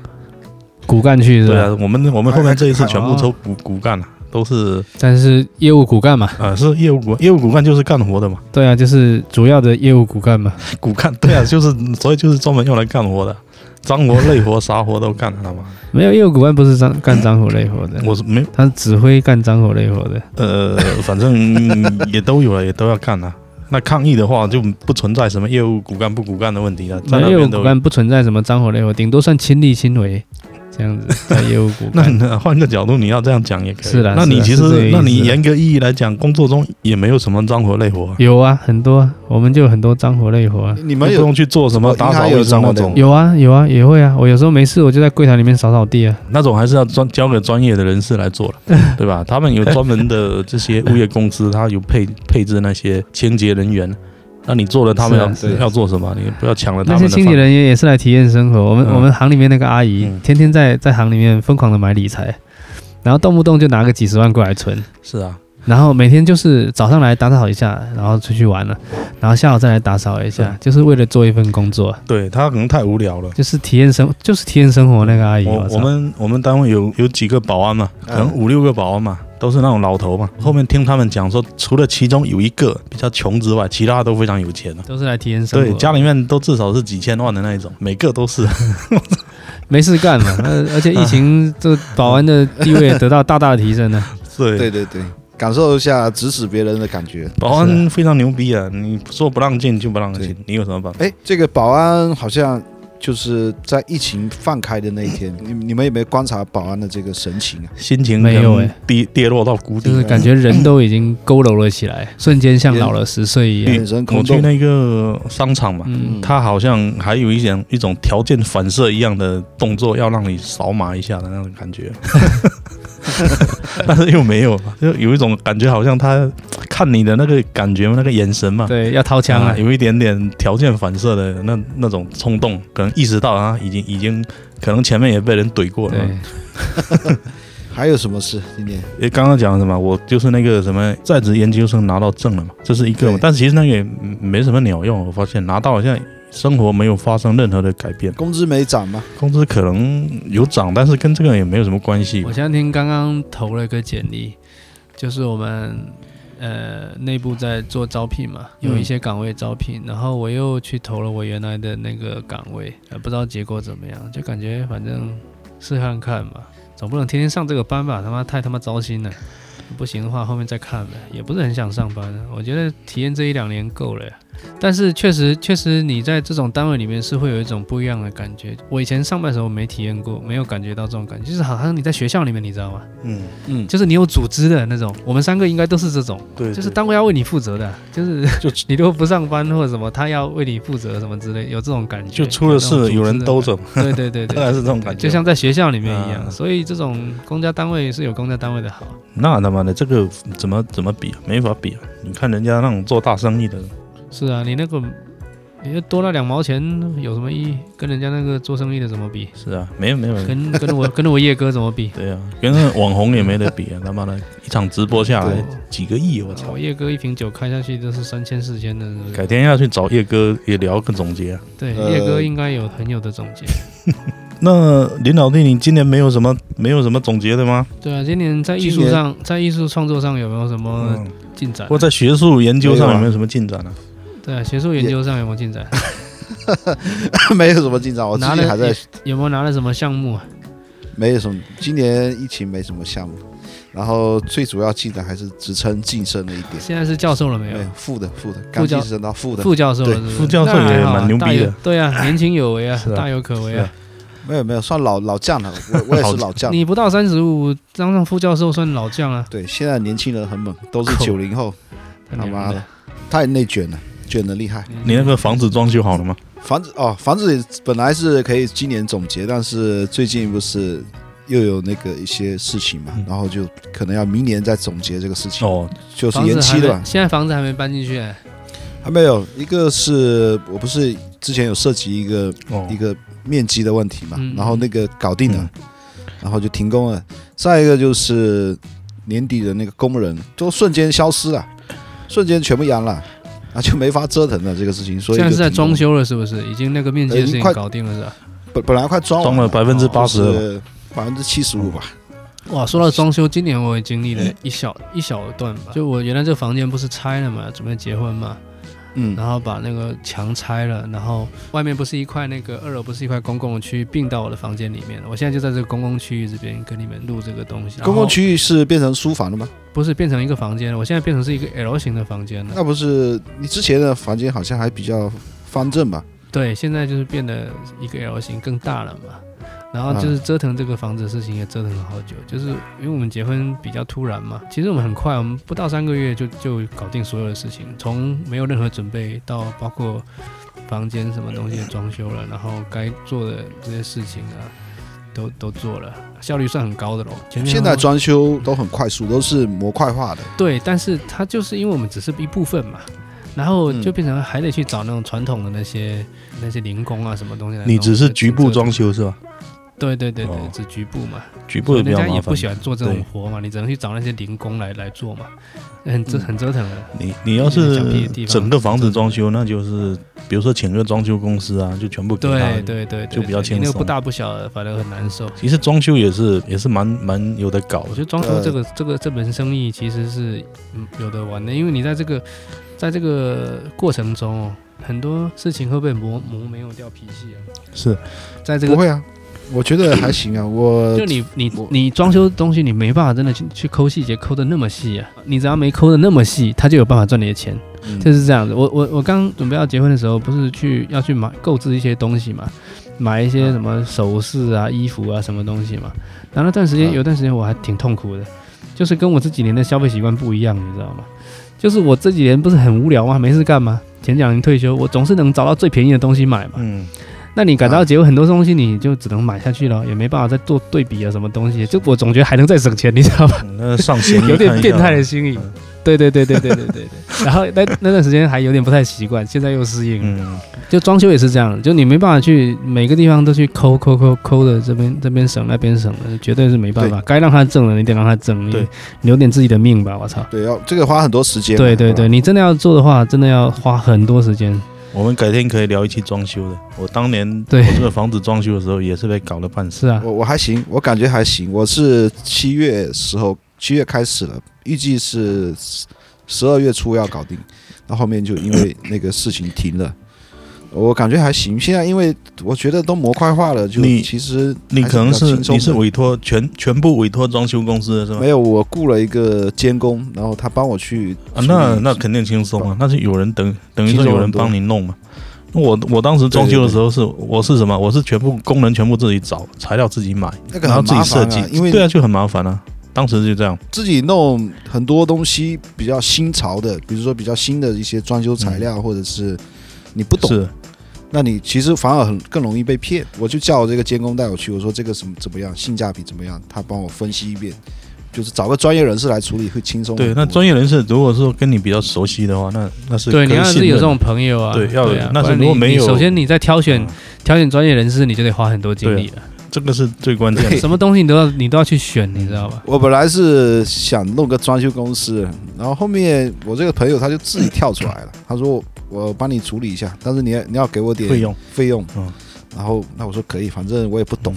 S1: 骨干去是
S2: 对
S1: 吧？
S2: 啊，我们我们后面这一次全部
S1: 哦
S2: 抽骨骨干啊，都是
S1: 但是业务骨干嘛，
S2: 呃是业务骨业务骨干就是干活的嘛，
S1: 对啊，就是主要的业务骨干嘛。
S2: 骨干 对啊，就是所以就是专门用来干活的，脏活累活啥活都干，好吗？
S1: 没有业务骨干不是脏干脏活累活的，
S2: 我是没
S1: 他只会干脏活累活的。
S2: 呃， 反正嗯也都有了，也都要干啊。那抗议的话就不存在什么业务骨干不骨干的问题了，在那
S1: 没有
S2: 边
S1: 骨
S2: 都
S1: 干不存在什么脏活累活，顶多算亲力亲为这 样子叫业务骨
S2: 那
S1: 干。
S2: 那换个角度，你要这样讲也可以。
S1: 是啦
S2: 那
S1: 是
S2: 你
S1: 啦
S2: 其
S1: 是这个
S2: 实，
S1: 意
S2: 那你
S1: 思
S2: 严格意义来讲，工作中也没有什么脏活累活啊，
S1: 有啊，很多，啊，我们就有很多脏活累活啊。
S3: 你
S2: 你
S3: 们
S2: 不
S3: 有
S2: 用去做什么
S3: 我
S2: 打
S3: 银
S2: 扫
S3: 行有
S2: 卫生
S3: 脏活
S2: 那
S3: 累
S2: 种
S3: 活，
S1: 有啊，有啊，也会啊。我有时候没事，我就在柜台里面扫扫地啊。
S2: 那种还是要专交给专业的人士来做了， 对吧？他们有专门的这些物业公司，他有配配置那些清洁人员。那你做了，他们
S1: 是
S2: 要
S1: 啊
S3: 是啊
S2: 要做什么？你不要抢了他
S1: 那
S2: 们
S1: 些
S2: 的
S1: 清洁
S2: 饭。
S1: 人员也是来体验生活。我们、
S2: 嗯
S1: 我们行里面那个阿姨，
S2: 嗯
S1: 天天在在行里面疯狂的买理财，然后动不动就拿个几十万过来存，
S2: 是啊，
S1: 然后每天就是早上来打扫一下，然后出去玩了，然后下午再来打扫一下
S2: 嗯，
S1: 就是为了做一份工作，
S2: 对他可能太无聊了。
S1: 就是体验生，就是体验生活那个阿姨。啊
S2: 我
S1: 操
S2: 我们我们单位有有几个保安嘛，可能
S3: 嗯
S2: 五六个保安嘛，都是那种老头嘛。
S1: 嗯
S2: 后面听他们讲说，除了其中有一个比较穷之外，其他都非常有钱的。
S1: 都是来体验生活。
S2: 对，家里面都至少是几千万的那一种，每个都是。
S1: 没事干 嘛，呃，而且疫情这保安的地位也得到大大的提 升呢。
S2: 对，
S3: 对对对，感受一下指使别人的感觉。
S2: 保
S1: 是
S2: 安非常牛逼啊！你说不让进就不让进，你有什么办法？
S3: 哎，这个保安好像就是在疫情放开的那一天，
S1: 嗯
S3: 你你们有没有观察保安的这个神情啊？
S2: 心情
S1: 没有
S2: 可能
S1: 哎
S2: 跌跌落到谷
S1: 就是
S2: 底。啊
S1: 感觉人都已经佝偻了起来，瞬间像老了十岁一样。
S3: 眼神空
S2: 我去
S3: 洞，
S2: 那个商场嘛，
S1: 嗯，
S2: 他好像还有一点一种条件反射一样的动作，要让你扫码一下的那种感觉，但是又没有，就有一种感觉，好像他看你的那个感觉，那个眼神嘛，
S1: 对，要掏枪
S2: 啊
S1: 了。
S2: 有一点点条件反射的那那种冲动，可能意识到啊，已经已经可能前面也被人怼过了。
S1: 对，
S3: 还有什么事？今天
S2: 诶，刚刚讲什么？我就是那个什么在职研究生拿到证了嘛，这是一个
S3: 对，
S2: 但是其实那个也嗯没什么鸟用。我发现拿到好像生活没有发生任何的改变，
S3: 工资没涨吗？
S2: 工资可能有涨，但是跟这个也没有什么关系
S1: 我。前两天刚刚投了一个简历，就是我们呃内部在做招聘嘛，有一些岗位招聘，然后我又去投了我原来的那个岗位，呃，不知道结果怎么样，就感觉反正试看看吧，总不能天天上这个班吧，他妈太他妈糟心了。不行的话，后面再看呗，也不是很想上班啊。我觉得体验这一两年够了呀，但是确实确实你在这种单位里面是会有一种不一样的感觉。我以前上班的时候没体验过，没有感觉到这种感觉，就是好像你在学校里面，你知道吗？
S2: 嗯嗯，
S1: 就是你有组织的那种。我们三个应该都是这种，
S2: 对，
S1: 就是单位要为你负责的，就是
S2: 就
S1: 你如果不上班或者什么，他要为你负责什么之类，有这种感觉。
S2: 就出了
S1: 有这
S2: 事
S1: 种
S2: 有人兜
S1: 组织的
S2: 着，
S1: 感觉。对对对
S2: 当
S1: 对，
S2: 然是这种感觉。
S1: 就像在学校里面一样。
S2: 啊
S1: 所以这种公家单位是有公家单位的好。
S2: 那他妈的这个怎么怎么比啊？没法比啊！你看人家那种做大生意的，
S1: 是啊，你那个你就多那两毛钱有什么意义？跟人家那个做生意的怎么比？
S2: 是啊，没有没
S3: 嗯
S2: 有 人
S1: 跟跟我跟我叶哥怎么比？
S2: 对啊，跟那网红也没得比啊！他妈的，一场直播下来几个亿，我操
S1: 我！叶哥一瓶酒开下去都是三千四千的，是不是
S2: 改天要去找叶哥也聊个总结啊。
S1: 对，
S3: 呃
S1: 叶哥应该有很有的总 结。
S2: 那林老弟，你今年没有什么没有什么总结的吗？
S1: 对啊，今年在艺术上，在艺术创作上有没有什么
S2: 嗯，
S1: 进展
S2: 或？在学术研究上
S3: 没有啊
S2: 有没有什么进展呢、
S1: 对啊，学术研究上有没有进展？
S3: 没有什么进展，我 最
S1: 拿
S3: 近
S1: 了
S3: 还在，
S1: 有没有拿了什么项目啊？
S3: 没有什么，今年疫情没什么项目，然后最主要进展还是职称晋升了一点，
S1: 现在是教授了没
S3: 没有
S1: 有？
S3: 副的副的，刚
S1: 教
S3: 晋升到副的，
S1: 副教授了
S3: 对
S1: 是不是，
S2: 副教授
S1: 那还
S2: 也
S1: 好啊
S2: 蛮牛逼
S1: 大有
S2: 的
S1: 对啊，年轻有为啊
S2: 是，啊
S1: 大有可为
S2: 是
S1: 啊
S2: 啊。
S3: 没有没有，算老老将了，我我也
S2: 老
S3: 是老啊 将。
S1: 你不到三十五，当上副教授算老将啊，
S3: 对，现在年轻人很猛，都 是
S1: 靠
S3: 九零后，
S1: 太
S3: 他
S1: 牛
S3: 妈
S1: 了
S3: 的！，太内卷了，卷的厉害。
S1: 啊
S2: 你那个房子装修好了吗？
S3: 房子哦，房子本来是可以今年总结，但是最近不是又有那个一些事情嘛，
S2: 嗯
S3: 然后就可能要明年再总结这个事
S1: 嗯
S3: 情，
S2: 哦，
S3: 就是
S1: 房子
S3: 延期了
S1: 还
S3: 吧
S1: 没。现在房子还没搬进去、啊
S3: 还没有，一个是我不是之前有涉及一个
S2: 哦
S3: 一个面积的问题嘛，
S1: 嗯
S3: 然后那个搞定了，然后就停工了。再一个就是年底的那个工人都瞬间消失了，瞬间全部阳了，啊就没法折腾了这个事情，所以
S1: 现在是在
S3: 就停工
S1: 装
S3: 了，
S1: 修了，是不是？已经那个面积的事情
S3: 呃快
S1: 搞定了，是吧？
S3: 本本来快装
S2: 装
S3: 完
S2: 了百分之八十了吧。
S3: 是百分之七十五吧，
S1: 哇，说到装修，今年我也经历了一小一小段吧。就我原来这个房间不是拆了嘛，准备结婚嘛，
S3: 嗯，
S1: 然后把那个墙拆了，然后外面不是一块那个二楼不是一块公共区域并到我的房间里面，我现在就在这个公共区域这边跟你们录这个东西。然后
S3: 公共区域是变成书房了吗？
S1: 不是变成一个房间了，我现在变成是一个 L 型的房间了。
S3: 那不是你之前的房间好像还比较方正吧？
S1: 对，现在就是变得一个 L 型更大了嘛，然后就是折腾这个房子的事情也折腾了好久，就是因为我们结婚比较突然嘛，其实我们很快，我们不到三个月就就搞定所有的事情，从没有任何准备到包括房间什么东西的装修了，然后该做的这些事情啊，都都做了，效率算很高的喽。前面
S3: 现在装修都很快速，都是模块化的。
S1: 对，但是它就是因为我们只是一部分嘛。然后就
S3: 嗯
S1: 变成还得去找那种传统的那些、那些零工啊什么东西来弄。
S2: 你只是局部
S1: 这
S2: 装修是吧？
S1: 对对对对
S2: 哦，
S1: 只局部嘛，
S2: 局部
S1: 所以
S2: 的比
S1: 人
S2: 较
S1: 家
S2: 麻
S1: 也不
S2: 烦。
S1: 喜欢做这种
S2: 对
S1: 活嘛，你只能去找那些零工来来做嘛，很折
S3: 嗯
S1: 很折腾的。
S2: 你你要是
S1: 想避的地方
S2: 整个房子装修，那就是比如说请个装修公司啊，就全部给他
S1: 对。对对对，
S2: 就比较
S1: 对
S2: 轻
S1: 你那个不
S2: 松
S1: 大不小的，反正很难受。
S2: 其实装修也是也是蛮蛮有的搞
S1: 我觉得
S2: 的，
S1: 装修这个这个这门生意其实是嗯有的玩的，因为你在这个在这个过程中哦，很多事情会被磨磨没有掉脾气啊。
S2: 是
S1: 在这
S3: 不
S1: 个
S3: 会啊，我觉得还行啊。我
S1: 就你你
S3: 我
S1: 你装修的东西，你没办法真的去去抠细节抠的那么细啊，你只要没抠的那么细，他就有办法赚你的钱。
S3: 嗯
S1: 就是这样子。我我我刚准备要结婚的时候，不是去要去买购置一些东西嘛，买一
S3: 嗯
S1: 些什么首饰啊、衣服啊什么东西嘛。然后那段时间
S3: 嗯
S1: 有段时间我还挺痛苦的，就是跟我这几年的消费习惯不一样，你知道吗？就是我这几年不是很无聊吗？没事干吗？前两年退休，我总是能找到最便宜的东西买嘛。
S2: 嗯，
S1: 那你感到结婚很多东西，你就只能买下去了，也没办法再做对比啊，什么东西？就我总觉得还能再省钱，你知道吗？
S2: 嗯那上 闲
S1: 有点变态的心理
S2: 嗯。
S1: 对对对对对对对对。然后那那段时间还有点不太习惯，现在又适应了。
S2: 嗯，
S1: 就装修也是这样，就你没办法去每个地方都去抠抠抠抠的，这边这边省那边省的，绝对是没办法。该让他挣的你得让他挣，你
S2: 对
S1: 留点自己的命吧，我操！
S3: 对要这个花很多时间嘛。啊
S1: 对对
S3: 吧
S1: 对，，你真的要做的话，真的要花很多时间。
S2: 我们改天可以聊一期装修的。我当年
S1: 对
S2: 我这个房子装修的时候也是被搞了半死。
S1: 是啊，
S3: 我我还行，我感觉还行。我是七月时候，七月开始了，预计是 十二月初要搞定，那后面就因为那个事情停了。我感觉还行。现在因为我觉得都模块化了，就
S2: 你
S3: 其实
S2: 你
S3: 还
S2: 可能
S3: 比较
S2: 是
S3: 轻松
S2: 你是
S3: 的
S2: 委托全全部委托装修公司的是吗
S3: 没？有我雇了一个监工，然后他帮我去
S2: 啊，
S3: 处
S2: 那
S3: 理
S2: 那肯定轻松啊，那是有人等等于
S3: 轻
S2: 说
S3: 松
S2: 有人
S3: 很多
S2: 帮你弄嘛。那我我当时装修的时候是我是什么？我是全部工人全部自己找，材料自己买，
S3: 那个
S2: 然后
S3: 很
S2: 自己
S3: 麻
S2: 设
S3: 烦、
S2: 计
S3: 啊，，因为
S2: 对啊就很麻烦啊。当时就这样，
S3: 自己弄很多东西比较新潮的，比如说比较新的一些装修
S2: 嗯
S3: 材料，或者是你不懂，
S2: 是
S3: 那你其实反而很更容易被骗。我就叫我这个监工带我去，我说这个什么怎么样，性价比怎么样，他帮我分析一遍，就是找个专业人士来处理会轻松很
S2: 对。
S3: 多。
S2: 那专业人士如果说跟你比较熟悉的话，那那是
S1: 对，你
S2: 可以
S1: 要
S2: 信
S1: 是有
S2: 任
S1: 这种朋友啊，
S2: 对要有
S1: 啊
S2: 那是
S1: 不然
S2: 如果
S1: 你
S2: 没
S1: 你
S2: 有
S1: 首先你在挑选
S2: 嗯啊
S1: 挑选专业人士，你就得花很多精力了。
S2: 这个是最关键的
S3: 对。
S1: 什么东西你都要你都要去选，你知道吧？
S3: 我本来是想弄个装修公司，然后后面我这个朋友他就自己跳 出来了，他说我帮你处理一下，但是你要你要给我点
S2: 费用
S3: 费用，
S2: 嗯
S3: 然后那我说可以，反正我也不懂、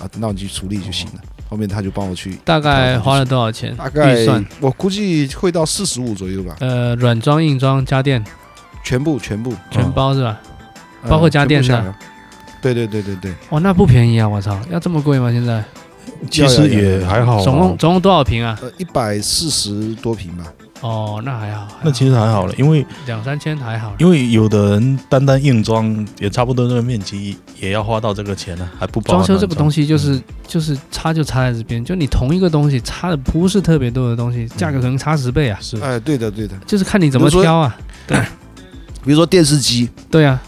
S3: 啊，那你去处理就行了。
S2: 哦
S3: 后面他就帮我去，
S1: 大
S2: 啊
S1: 概花了多少钱？
S3: 大概
S1: 预算？
S3: 我估计会到四十五左右吧，
S1: 呃，软装、硬装、家电
S3: 全部全部，
S1: 全
S2: 嗯
S1: 包是吧？
S3: 呃
S1: 包括家电的
S3: 全部下来对对对对对，
S1: 哇，那不便宜啊！我操，要这么贵吗？现在
S2: 其实也还好啊，
S1: 总共总共多少平啊？
S3: 呃，一百四十多平吧，
S1: 哦，那还好，
S2: 那其实还好了，因为
S1: 实两三千还好。
S2: 因为有的人单单硬装也差不多那个面积也要花到这个钱呢，啊还不包
S1: 装
S2: 含
S1: 修这个
S2: 软装
S1: 东西就是就是差就差在这边，就你同一个东西差的不是特别多的东西，价格可能差十倍啊，
S2: 是
S3: 哎、对的对的，
S1: 就是看你怎么
S3: 比如说
S1: 挑啊。
S3: 比如说电视机，
S1: 对啊，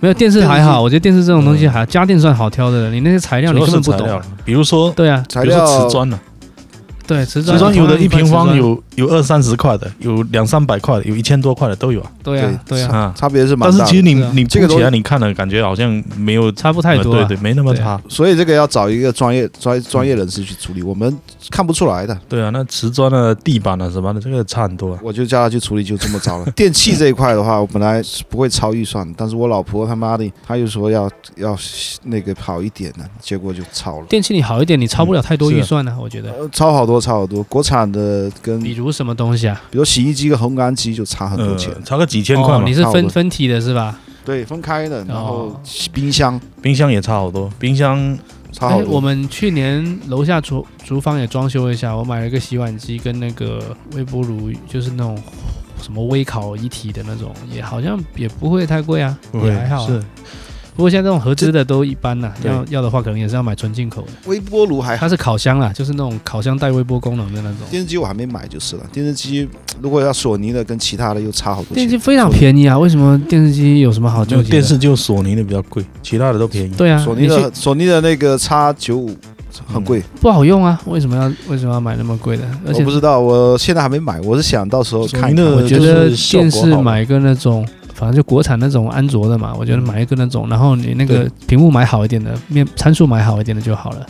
S1: 没有电视还好，我觉得电视这种东西还家电算好挑的了，你那些材料
S2: 嗯主
S1: 你
S2: 要
S1: 根
S2: 是
S1: 本不
S2: 材
S1: 懂
S2: 料
S1: 啊。，
S2: 比如说
S1: 对啊，
S3: 材
S2: 比如
S3: 料
S2: 说瓷砖呢，
S1: 对瓷
S2: 瓷
S1: 砖，
S2: 砖有的一平
S1: 同
S2: 方
S1: 样
S2: 有有二三十块的，有两三百块的，有一千多块的都有啊。
S1: 对啊对啊，
S2: 啊，
S3: 差别是蛮
S2: 但
S3: 大
S2: 是
S3: 的。
S2: 其实你
S1: 对啊
S2: 你这
S3: 这个
S2: 个起来
S3: 东
S2: 你看了，感觉好像没有
S1: 差不太多
S2: 对
S1: 啊。
S2: 对，没那么
S1: 对
S2: 差。
S3: 所以这个要找一个专业
S1: 嗯
S3: 专专业人士去处理，我们看不出来的，
S2: 对啊，那瓷砖啊、地板啊什么的，这个差很多啊。
S3: 我就叫他去处理，就这么着 了。电器这一块的话，我本来是不会超预算，但是我老婆他妈的，她又说要要那个好一点呢，结果就超了，
S1: 电器你好一点，你超不了太多
S2: 是啊
S1: 预算呢，我觉得。
S3: 呃，超好多超好多，国产的跟
S1: 比
S3: 比
S1: 如什么东西啊？
S3: 如洗衣机跟烘干机就差很多
S2: 呃
S3: 钱，，
S2: 差个几千块
S1: 哦，
S2: 嘛
S1: 你。是
S3: 差不
S1: 分
S3: 多
S1: 分体的是吧？
S3: 对，分开的，然后
S1: 哦
S3: 冰箱
S2: 冰箱也差好多，冰箱
S3: 差
S1: 哎
S3: 好
S1: 我
S3: 多，
S1: 们去年楼下厨厨房也装修了一下，我买了一个洗碗机跟那个微波炉，就是那种什么微烤一体的那种，也好像也不会太贵啊，
S2: 不
S1: 也
S2: 会
S1: 还好、啊。
S2: 是
S1: 不过像这种合资的都一般呐、
S2: 对
S1: 要要的话可能也是要买纯进口的。
S3: 微波炉还好。
S1: 它是烤箱啦，啊就是那种烤箱带微波功能的那种。
S3: 电视机我还没买就是了，电视机如果要索尼的跟其他的又差好多
S1: 电
S3: 钱
S1: 视机。非常便宜啊，为什么电视机有什么好纠
S2: 就
S1: 结的？
S2: 电视就索尼的比较贵，其他的都便宜。
S1: 对啊，
S3: 索尼
S1: 你去
S3: 的索尼的那个叉九五很
S2: 嗯
S3: 贵，
S1: 不好用啊，为什么要为什么要买那么贵的？而
S3: 我
S1: 且
S3: 不知道，我现在还没买，我是想到时候看
S2: 索尼
S3: 一看。
S2: 的
S3: 我
S1: 我觉
S3: 觉
S2: 就
S3: 得
S1: 得
S2: 是效
S1: 电
S2: 果
S1: 视
S2: 好
S1: 买一个那种，反正就国产那种安卓的嘛，我觉得买一个那种，然后你那个
S2: 对
S1: 屏幕买好一点的，面参数买好一点的就好了。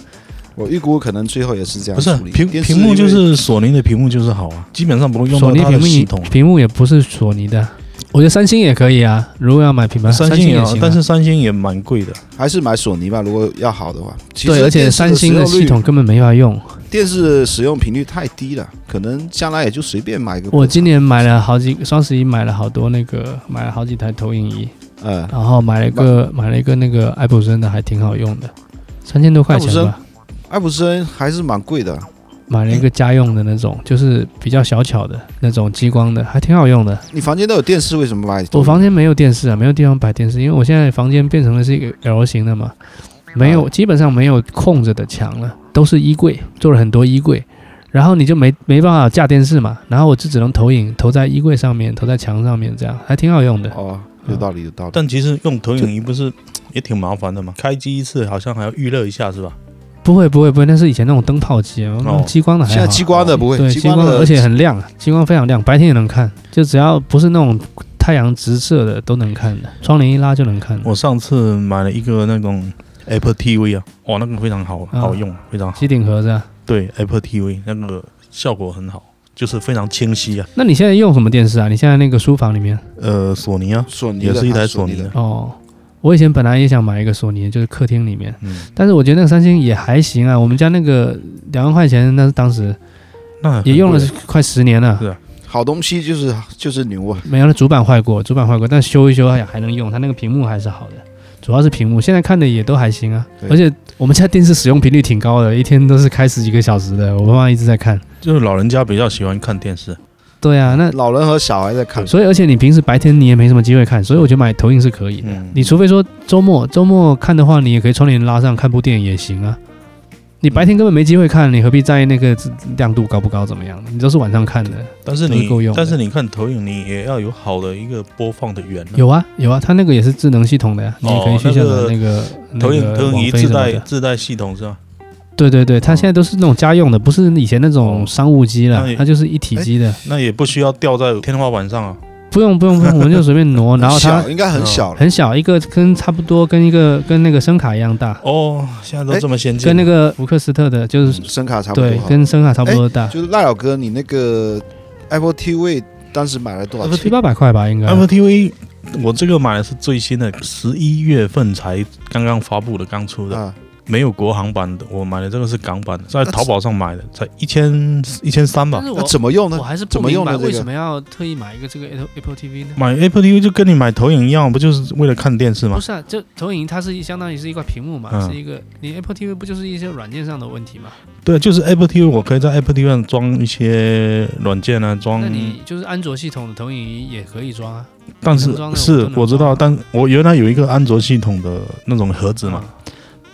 S3: 我预估可能最后也是这样
S2: 不是
S3: 处理。
S2: 屏
S3: 电视
S2: 屏幕就
S3: 因为
S2: 是索尼的屏幕就是好啊，基本上不会用
S1: 索
S2: 到
S1: 尼
S2: 它
S1: 屏
S2: 的
S1: 幕
S2: 系
S1: 也
S2: 统。啊
S1: 屏幕也不是索尼的，我觉得三星也可以啊。如果要买品牌，
S2: 三
S1: 星
S2: 也
S1: 也
S2: 好
S1: 行啊，
S2: 但是三星也蛮贵的。
S3: 还是买索尼吧，如果要好的话。其实
S1: 对，而且
S3: 电视
S1: 三星的
S3: 使用
S1: 系
S3: 率
S1: 统根本没法用。
S3: 电视使用频率太低了，可能将来也就随便买一个。
S1: 我今年买了好几，双十一买了好多那个，买了好几台投影仪，
S3: 呃，
S1: 然后买了一个买了一个那个爱普生的，还挺好用的，三千多块
S3: 爱
S1: 钱
S3: 普生
S1: 吧。
S3: 爱普生还是蛮贵的，
S1: 买了一个家用的那种，就是比较小巧的那种激光的，还挺好用的。
S3: 你房间都有电视，为什么买？
S1: 我房间没有电视啊，没有地方摆电视，因为我现在房间变成了是一个 L 型的嘛，没有，
S3: 啊
S1: 基本上没有空着的墙了，都是衣柜，做了很多衣柜，然后你就没没办法架电视嘛，然后我就只能投影，投在衣柜上面，投在墙上面，这样还挺好用的。
S3: 哦，有道理，有道理。
S2: 但其实用投影仪不是也挺麻烦的嘛？开机一次好像还要预热一下是吧？
S1: 不会不会不会，那是以前那种灯泡机，那
S2: 哦
S1: 种激光的还好。
S3: 现在激光的不会，
S1: 对，
S3: 激
S1: 激光
S3: 的
S1: 而且很亮，激光非常亮，白天也能看，就只要不是那种太阳直射的都能看的，窗帘一拉就能看的。
S2: 我上次买了一个那种 Apple TV 啊，哇，那个非常好，
S1: 啊
S2: 好用，非常好。
S1: 机顶盒啊是吧？
S2: 对 Apple TV 那个效果很好，就是非常清晰啊。
S1: 那你现在用什么电视啊？你现在那个书房里面？
S2: 呃，索尼啊，
S3: 索尼
S2: 也
S3: 的
S2: 是一台索
S3: 索
S2: 尼
S3: 的
S2: 的，，
S1: 哦，我以前本来也想买一个索尼，就是客厅里面，
S2: 嗯，
S1: 但是我觉得那个三星也还行啊。我们家那个两万块钱，那是当时
S2: 那很
S1: 也用了
S2: 贵
S1: 快十年了
S2: 是。
S3: 好东西就是就是牛啊，
S1: 没有，那主板坏过，主板坏过，但修一修哎呀还能用，它那个屏幕还是好的，主要是屏幕，现在看的也都还行啊。
S3: 对
S1: 而且我们家电视使用频率挺高的，一天都是开十几个小时的，我妈妈一直在看。
S2: 就是老人家比较喜欢看电视，
S1: 对啊，那
S3: 老人和小孩在
S2: 嗯
S3: 看，
S1: 所以而且你平时白天你也没什么机会看，所以我觉得买投影是可以的。
S2: 嗯，
S1: 你除非说周末周末看的话，你也可以窗帘拉上看部电影也行啊。你白天根本没机会看，你何必在意那个亮度高不高怎么样？你都是晚上看的。
S2: 但是
S1: 都是
S2: 你
S1: 够用的
S2: 但是你看投影，你也要有好的一个播放的源、
S3: 嗯
S2: 啊。
S1: 有啊有啊，它那个也是智能系统的呀、你也可以
S2: 哦
S1: 去下载那
S2: 那
S1: 个
S2: 投影
S1: 那个
S2: 投影
S1: 网飞
S2: 仪自
S1: 什么
S2: 带
S1: 的
S2: 自带系统是吧？
S1: 对对对，它现在都是那种家用的，不是以前那种商务机了
S2: 那
S3: 哎
S2: 也，
S1: 它就是一体机的，
S2: 那也不需要吊在天花板上啊。
S1: 不用不用不用，我们就随便 挪，然后它
S3: 小应该很小了，
S1: 很小，一个跟差不多跟一个跟那个声卡一样大，
S2: 哦，现在都
S3: 哎
S2: 这么先进，
S1: 跟那个福克斯特的就是
S2: 嗯
S3: 声嗯卡差不多
S1: 对
S3: 哈，
S1: 跟声卡差不多大，
S3: 哎就是赖老哥，你那个 Apple TV 当时买了多少钱？
S1: 七八百块吧应该。
S3: 哎
S2: Apple TV，我这个买的是最新的，十一月份才刚刚发布的，刚出的，
S3: 啊，
S2: 没有国行版的，我买的这个是港版的，在淘宝上买的，才一千一千三吧。
S1: 是
S3: 那怎么用呢？
S1: 还是
S3: 怎么用的这个
S1: 要特意买一个这个 Apple Apple TV 呢？
S2: 买 Apple TV 就跟你买投影一样，不就是为了看电视吗？
S1: 是啊，就投影它是相当于是一块屏幕嘛
S2: 嗯
S1: 一个你 Apple TV 不就是一些软件上的问题嘛？
S2: 对，就是 Apple TV，我可以在 Apple TV 上装一些软件啊，装。
S1: 就是安卓系统的投影仪也可以装啊。
S2: 但是
S1: 能装的啊我都
S2: 是
S1: 能
S2: 我知
S1: 装
S2: 道，但我原来有一个安卓系统的那种盒子
S1: 啊嗯
S2: 嘛，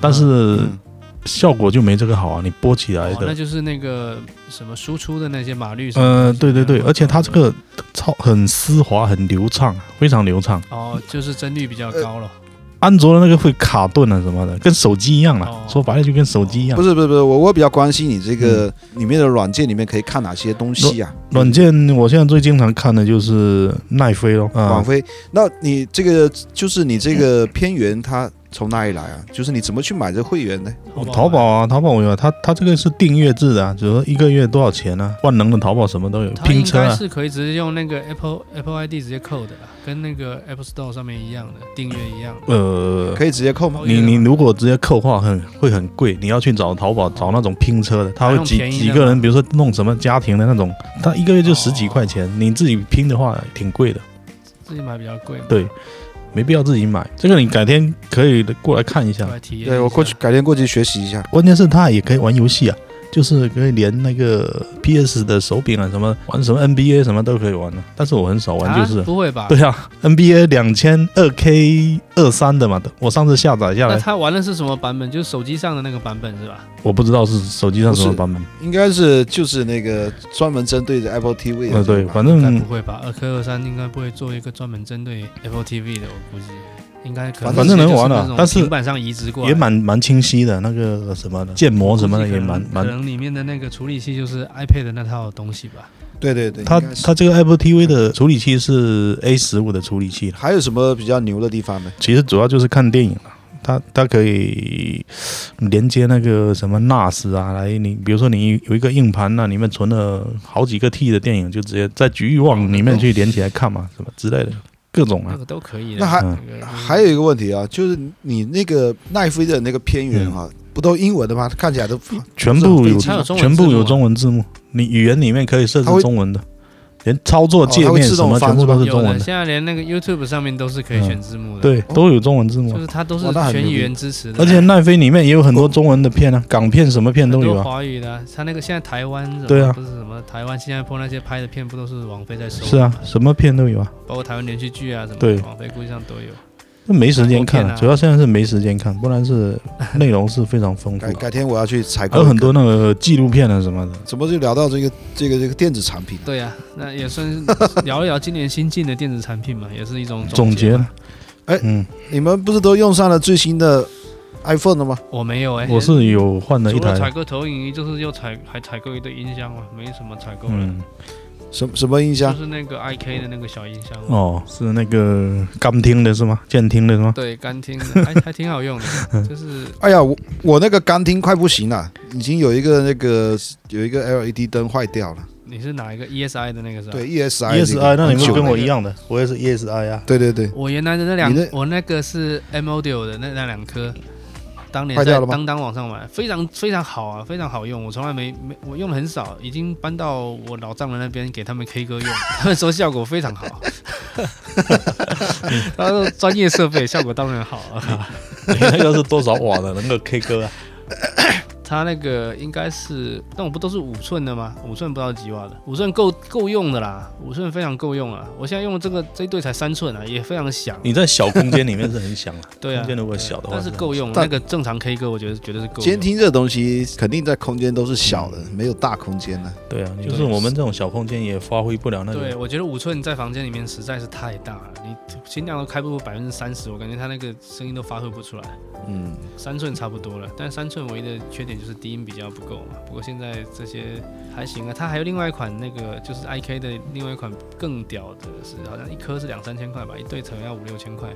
S2: 但是
S3: 嗯
S2: 效果就没这个好啊，你播起来
S1: 哦，那
S2: 的。
S1: 就是那个什么输出的那些码率什么的。
S2: 呃，对对对，
S1: 嗯
S2: 而且它这个超很丝滑，很流畅，非常流畅。
S1: 哦，就是帧率比较高了。
S2: 安卓的那个会卡顿啊什么的，跟手机一样
S1: 哦
S2: 了。说白了就跟手机一样
S3: 不。是不是不是，我我比较关心你这个
S2: 嗯
S3: 里面的软件里面可以看哪些东西啊？
S2: 软件我现在最经常看的就是奈飞咯，啊
S3: 网哦飞，那你这个就是你这个片源它从哪里来啊？就是你怎么去买这会员呢？
S2: 哦淘宝啊，淘宝我有，它它这个是订阅制的、啊，比如说一个月多少钱呢、万能的淘宝什么都有，
S1: 它应
S2: 拼车
S1: 该
S2: 啊，
S1: 是可以直接用那个 Apple Apple ID 直接扣的啦，啊跟那个 Apple Store 上面一样的订阅一样的。
S2: 呃，
S3: 可以直接扣
S1: 哦
S3: 吗？
S2: 你你如果直接扣的话很会很贵，你要去找淘宝找那种拼车的，他会
S1: 还
S2: 几
S1: 用便宜的
S2: 几
S1: 吗
S2: 个人，比如说弄什么家庭的那种，他一个月就十几
S1: 哦
S2: 块钱，你自己拼的话挺贵的，
S1: 自己买比较贵嘛。
S2: 对没必要自己买。这个你改天可以过来看一下
S1: 过，来体验一下。
S3: 对我过去改天过去学习一下。
S2: 关键是它也可以玩游戏啊。就是可以连那个 PS 的手柄啊，什么玩什么 NBA 什么都可以玩的、但是我很少玩，
S1: 啊
S2: 就是、
S1: 不会吧？
S2: 对啊，NBA 两千二 K 二三的嘛，我上次下载下
S1: 那
S2: 来，
S1: 他玩的是什么版本？就是手机上的那个版本是吧？
S2: 我不知道是手机上什么版本。
S3: 应该是就是那个专门针对着 Apple 啊 TV
S2: 呃，
S3: 的
S2: 对，反
S1: 应该
S2: 正
S1: 不会吧？二 K 二三应该不会做一个专门针对 Apple TV 的，我估计应该可能
S3: 反
S2: 正能玩啊
S1: 了，
S2: 但是
S1: 平板上移植过来
S2: 也蛮蛮清晰的，那个什么的建模什么的也蛮
S1: 可
S2: 蛮。
S1: 能里面的那个处理器就是 iPad 的那套东西吧。
S2: 嗯
S3: 对对对，
S2: 它
S3: 应该是
S2: 它这个 Apple TV 的处理器是 A 十五的处理器了，
S3: 还有什么比较牛的地方呢？
S2: 其实主要就是看电影了。它它可以连接那个什么 NAS 啊，来你比如说你有一个硬盘那、里面存了好几个 T 的电影，就直接在局域网里面去连起来看嘛，什么之类的，各种啊
S1: 那。个都可以的。
S3: 那还
S1: 那
S2: 嗯
S1: 个
S3: 还有一个问题啊，就是你那个奈飞的那个片源
S2: 嗯
S3: 哈、不都英文的吗？看起来都
S2: 全部有
S1: 它有中文
S2: 全
S1: 字
S2: 部
S1: 幕
S2: 有
S1: 吗
S2: 中文字幕，你语言里面可以设
S3: 它会
S2: 置中文的，连操作界
S3: 哦它会
S2: 面
S3: 自
S2: 什
S3: 动
S2: 么
S3: 翻
S2: 全部都是
S1: 有
S2: 中文
S1: 的，
S2: 的，
S1: 现在连那个 YouTube 上面都是可以选字幕的。，
S2: 对，
S3: 哦
S2: 都有中文字
S1: 就
S2: 幕。啊
S1: 是它都是
S3: 哇那很牛
S1: 全
S3: 逼
S1: 语言支持的，
S2: 而且奈飞里面也有很多中文的片啊，港片什么片
S1: 哦很
S2: 都有
S1: 多
S2: 啊。
S1: 华语的啊。它那个现在台湾什么
S2: 对啊
S1: 不是什么台湾、新加坡那些拍的片，不都是王菲在收？
S2: 是啊，，什么片都有啊。
S1: 包括台湾连续剧啊什么，
S2: 对
S1: 王菲估计上都有。
S2: 那没时间看
S1: 港片
S2: 啊，
S1: 啊
S2: 主要现在是没时间看，不然 是内容是非常丰富
S3: 改
S2: 的，
S3: 改天我要去采
S2: 还
S3: 购
S2: 有
S3: 一个
S2: 很多那个纪录片啊什么的。
S3: 怎么就聊到这个这个这个电子产品？
S1: 对呀、那也算是聊一聊今年新进的电子产品嘛， 也是一种
S2: 总结
S1: 结
S2: 了
S1: 嘛。，
S3: 哎
S2: 嗯，
S3: 你们不是都用上了最新的 iPhone 了吗？
S1: 我没有哎、
S2: 我是有换了一
S1: 除了采
S2: 台，
S1: 购啊投影仪，就是又采还采购一堆音箱嘛，没什么采购了，
S2: 嗯，
S3: 什什么音
S1: 就
S3: 箱？
S1: 是那个 IK 的那个小音箱。
S2: 哦，是那个干听的是吗？监听的是吗？
S1: 对，干听 的还还挺好用的，就是
S3: 哎呀，我我那个干听快不行了，已经有一个那个有一个 LED 灯坏掉了。
S1: 你是哪一个 ESI 的那
S2: 啊
S1: 个是吧？
S3: 对，ESI
S2: ESI，那 E 你
S3: 很
S2: 们
S3: 久
S2: 跟
S3: 了
S2: 我一样的，我也是
S3: E
S2: ESI 啊。
S3: 对对对，
S1: 我原来的那两
S3: 你的，
S1: 我那个是 M Audio 的那那两颗，当年
S3: 坏
S1: 在
S3: 掉了吗
S1: 当当网上买，非常非常好啊，非常好用。我从来没没我用的很少，已经搬到我老丈人那边给他们 K 歌用， 他们说效果非 常好。他说专业设备效果当然好啊，
S2: 你 那个是多少瓦的？能够 K 歌啊？
S1: 他那个应该是，但我不都是五寸的吗？五寸不知道几瓦的，五寸够够用的啦，五寸非常够用啊。我现在用的这个这一对才三寸啊，也非常响。
S2: 你在小空间里面是很响啊，
S1: 对啊
S2: 空间，如果小的话，
S1: 但是够用，
S3: 但
S1: 那个正常 K 歌我觉得绝对是够嗯
S3: 监
S1: 用。
S3: 听这东西肯定在空间都是小的，没有大空间的。
S2: 对啊，就是我们这种小空间也发挥不了那
S1: 对，
S2: 个。
S1: 我觉得五寸在房间里面实在是太大了，你音量都开不过百分之三十，我感觉它那个声音都发挥不出来。
S3: 嗯，
S1: 三寸差不多了，但三寸唯一的缺点就是低音比较不够嘛。不过现在这些还行啊，它还有另外一款那个就是 IK 的另外一款更屌的是，好像一颗是两三千块吧，一对才要五六千块。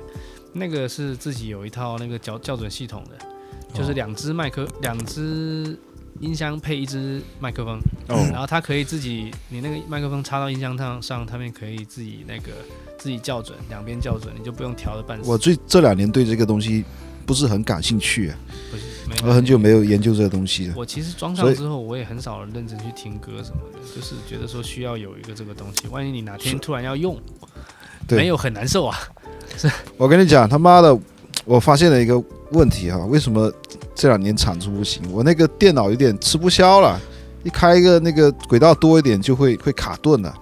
S1: 那个是自己有一套那个校校准系统的，
S3: 哦
S1: 就是两只麦克，两只音箱配一只麦克风，
S3: 哦
S1: 然后它可以自己，你那个麦克风插到音箱上上，它们可以自己那个自己校准，两边校准，你就不用调的半死。
S3: 我最这两年对这个东西不是很感兴趣、啊，
S1: 不是没有
S3: 我很久没有研究这个东西了。
S1: 我其实装
S3: 所
S1: 上
S3: 以
S1: 之后，我也很少认真去听歌什么的，就是觉得说需要有一个这个东西，万一你哪天突然要用，
S3: 对
S1: 没有很难受啊。
S3: 我跟你讲，他妈的，我发现了一个问题哈、为什么这两年产出不行？我那个电脑有点吃不消了，一开一个那个轨道多一点就会会卡顿了，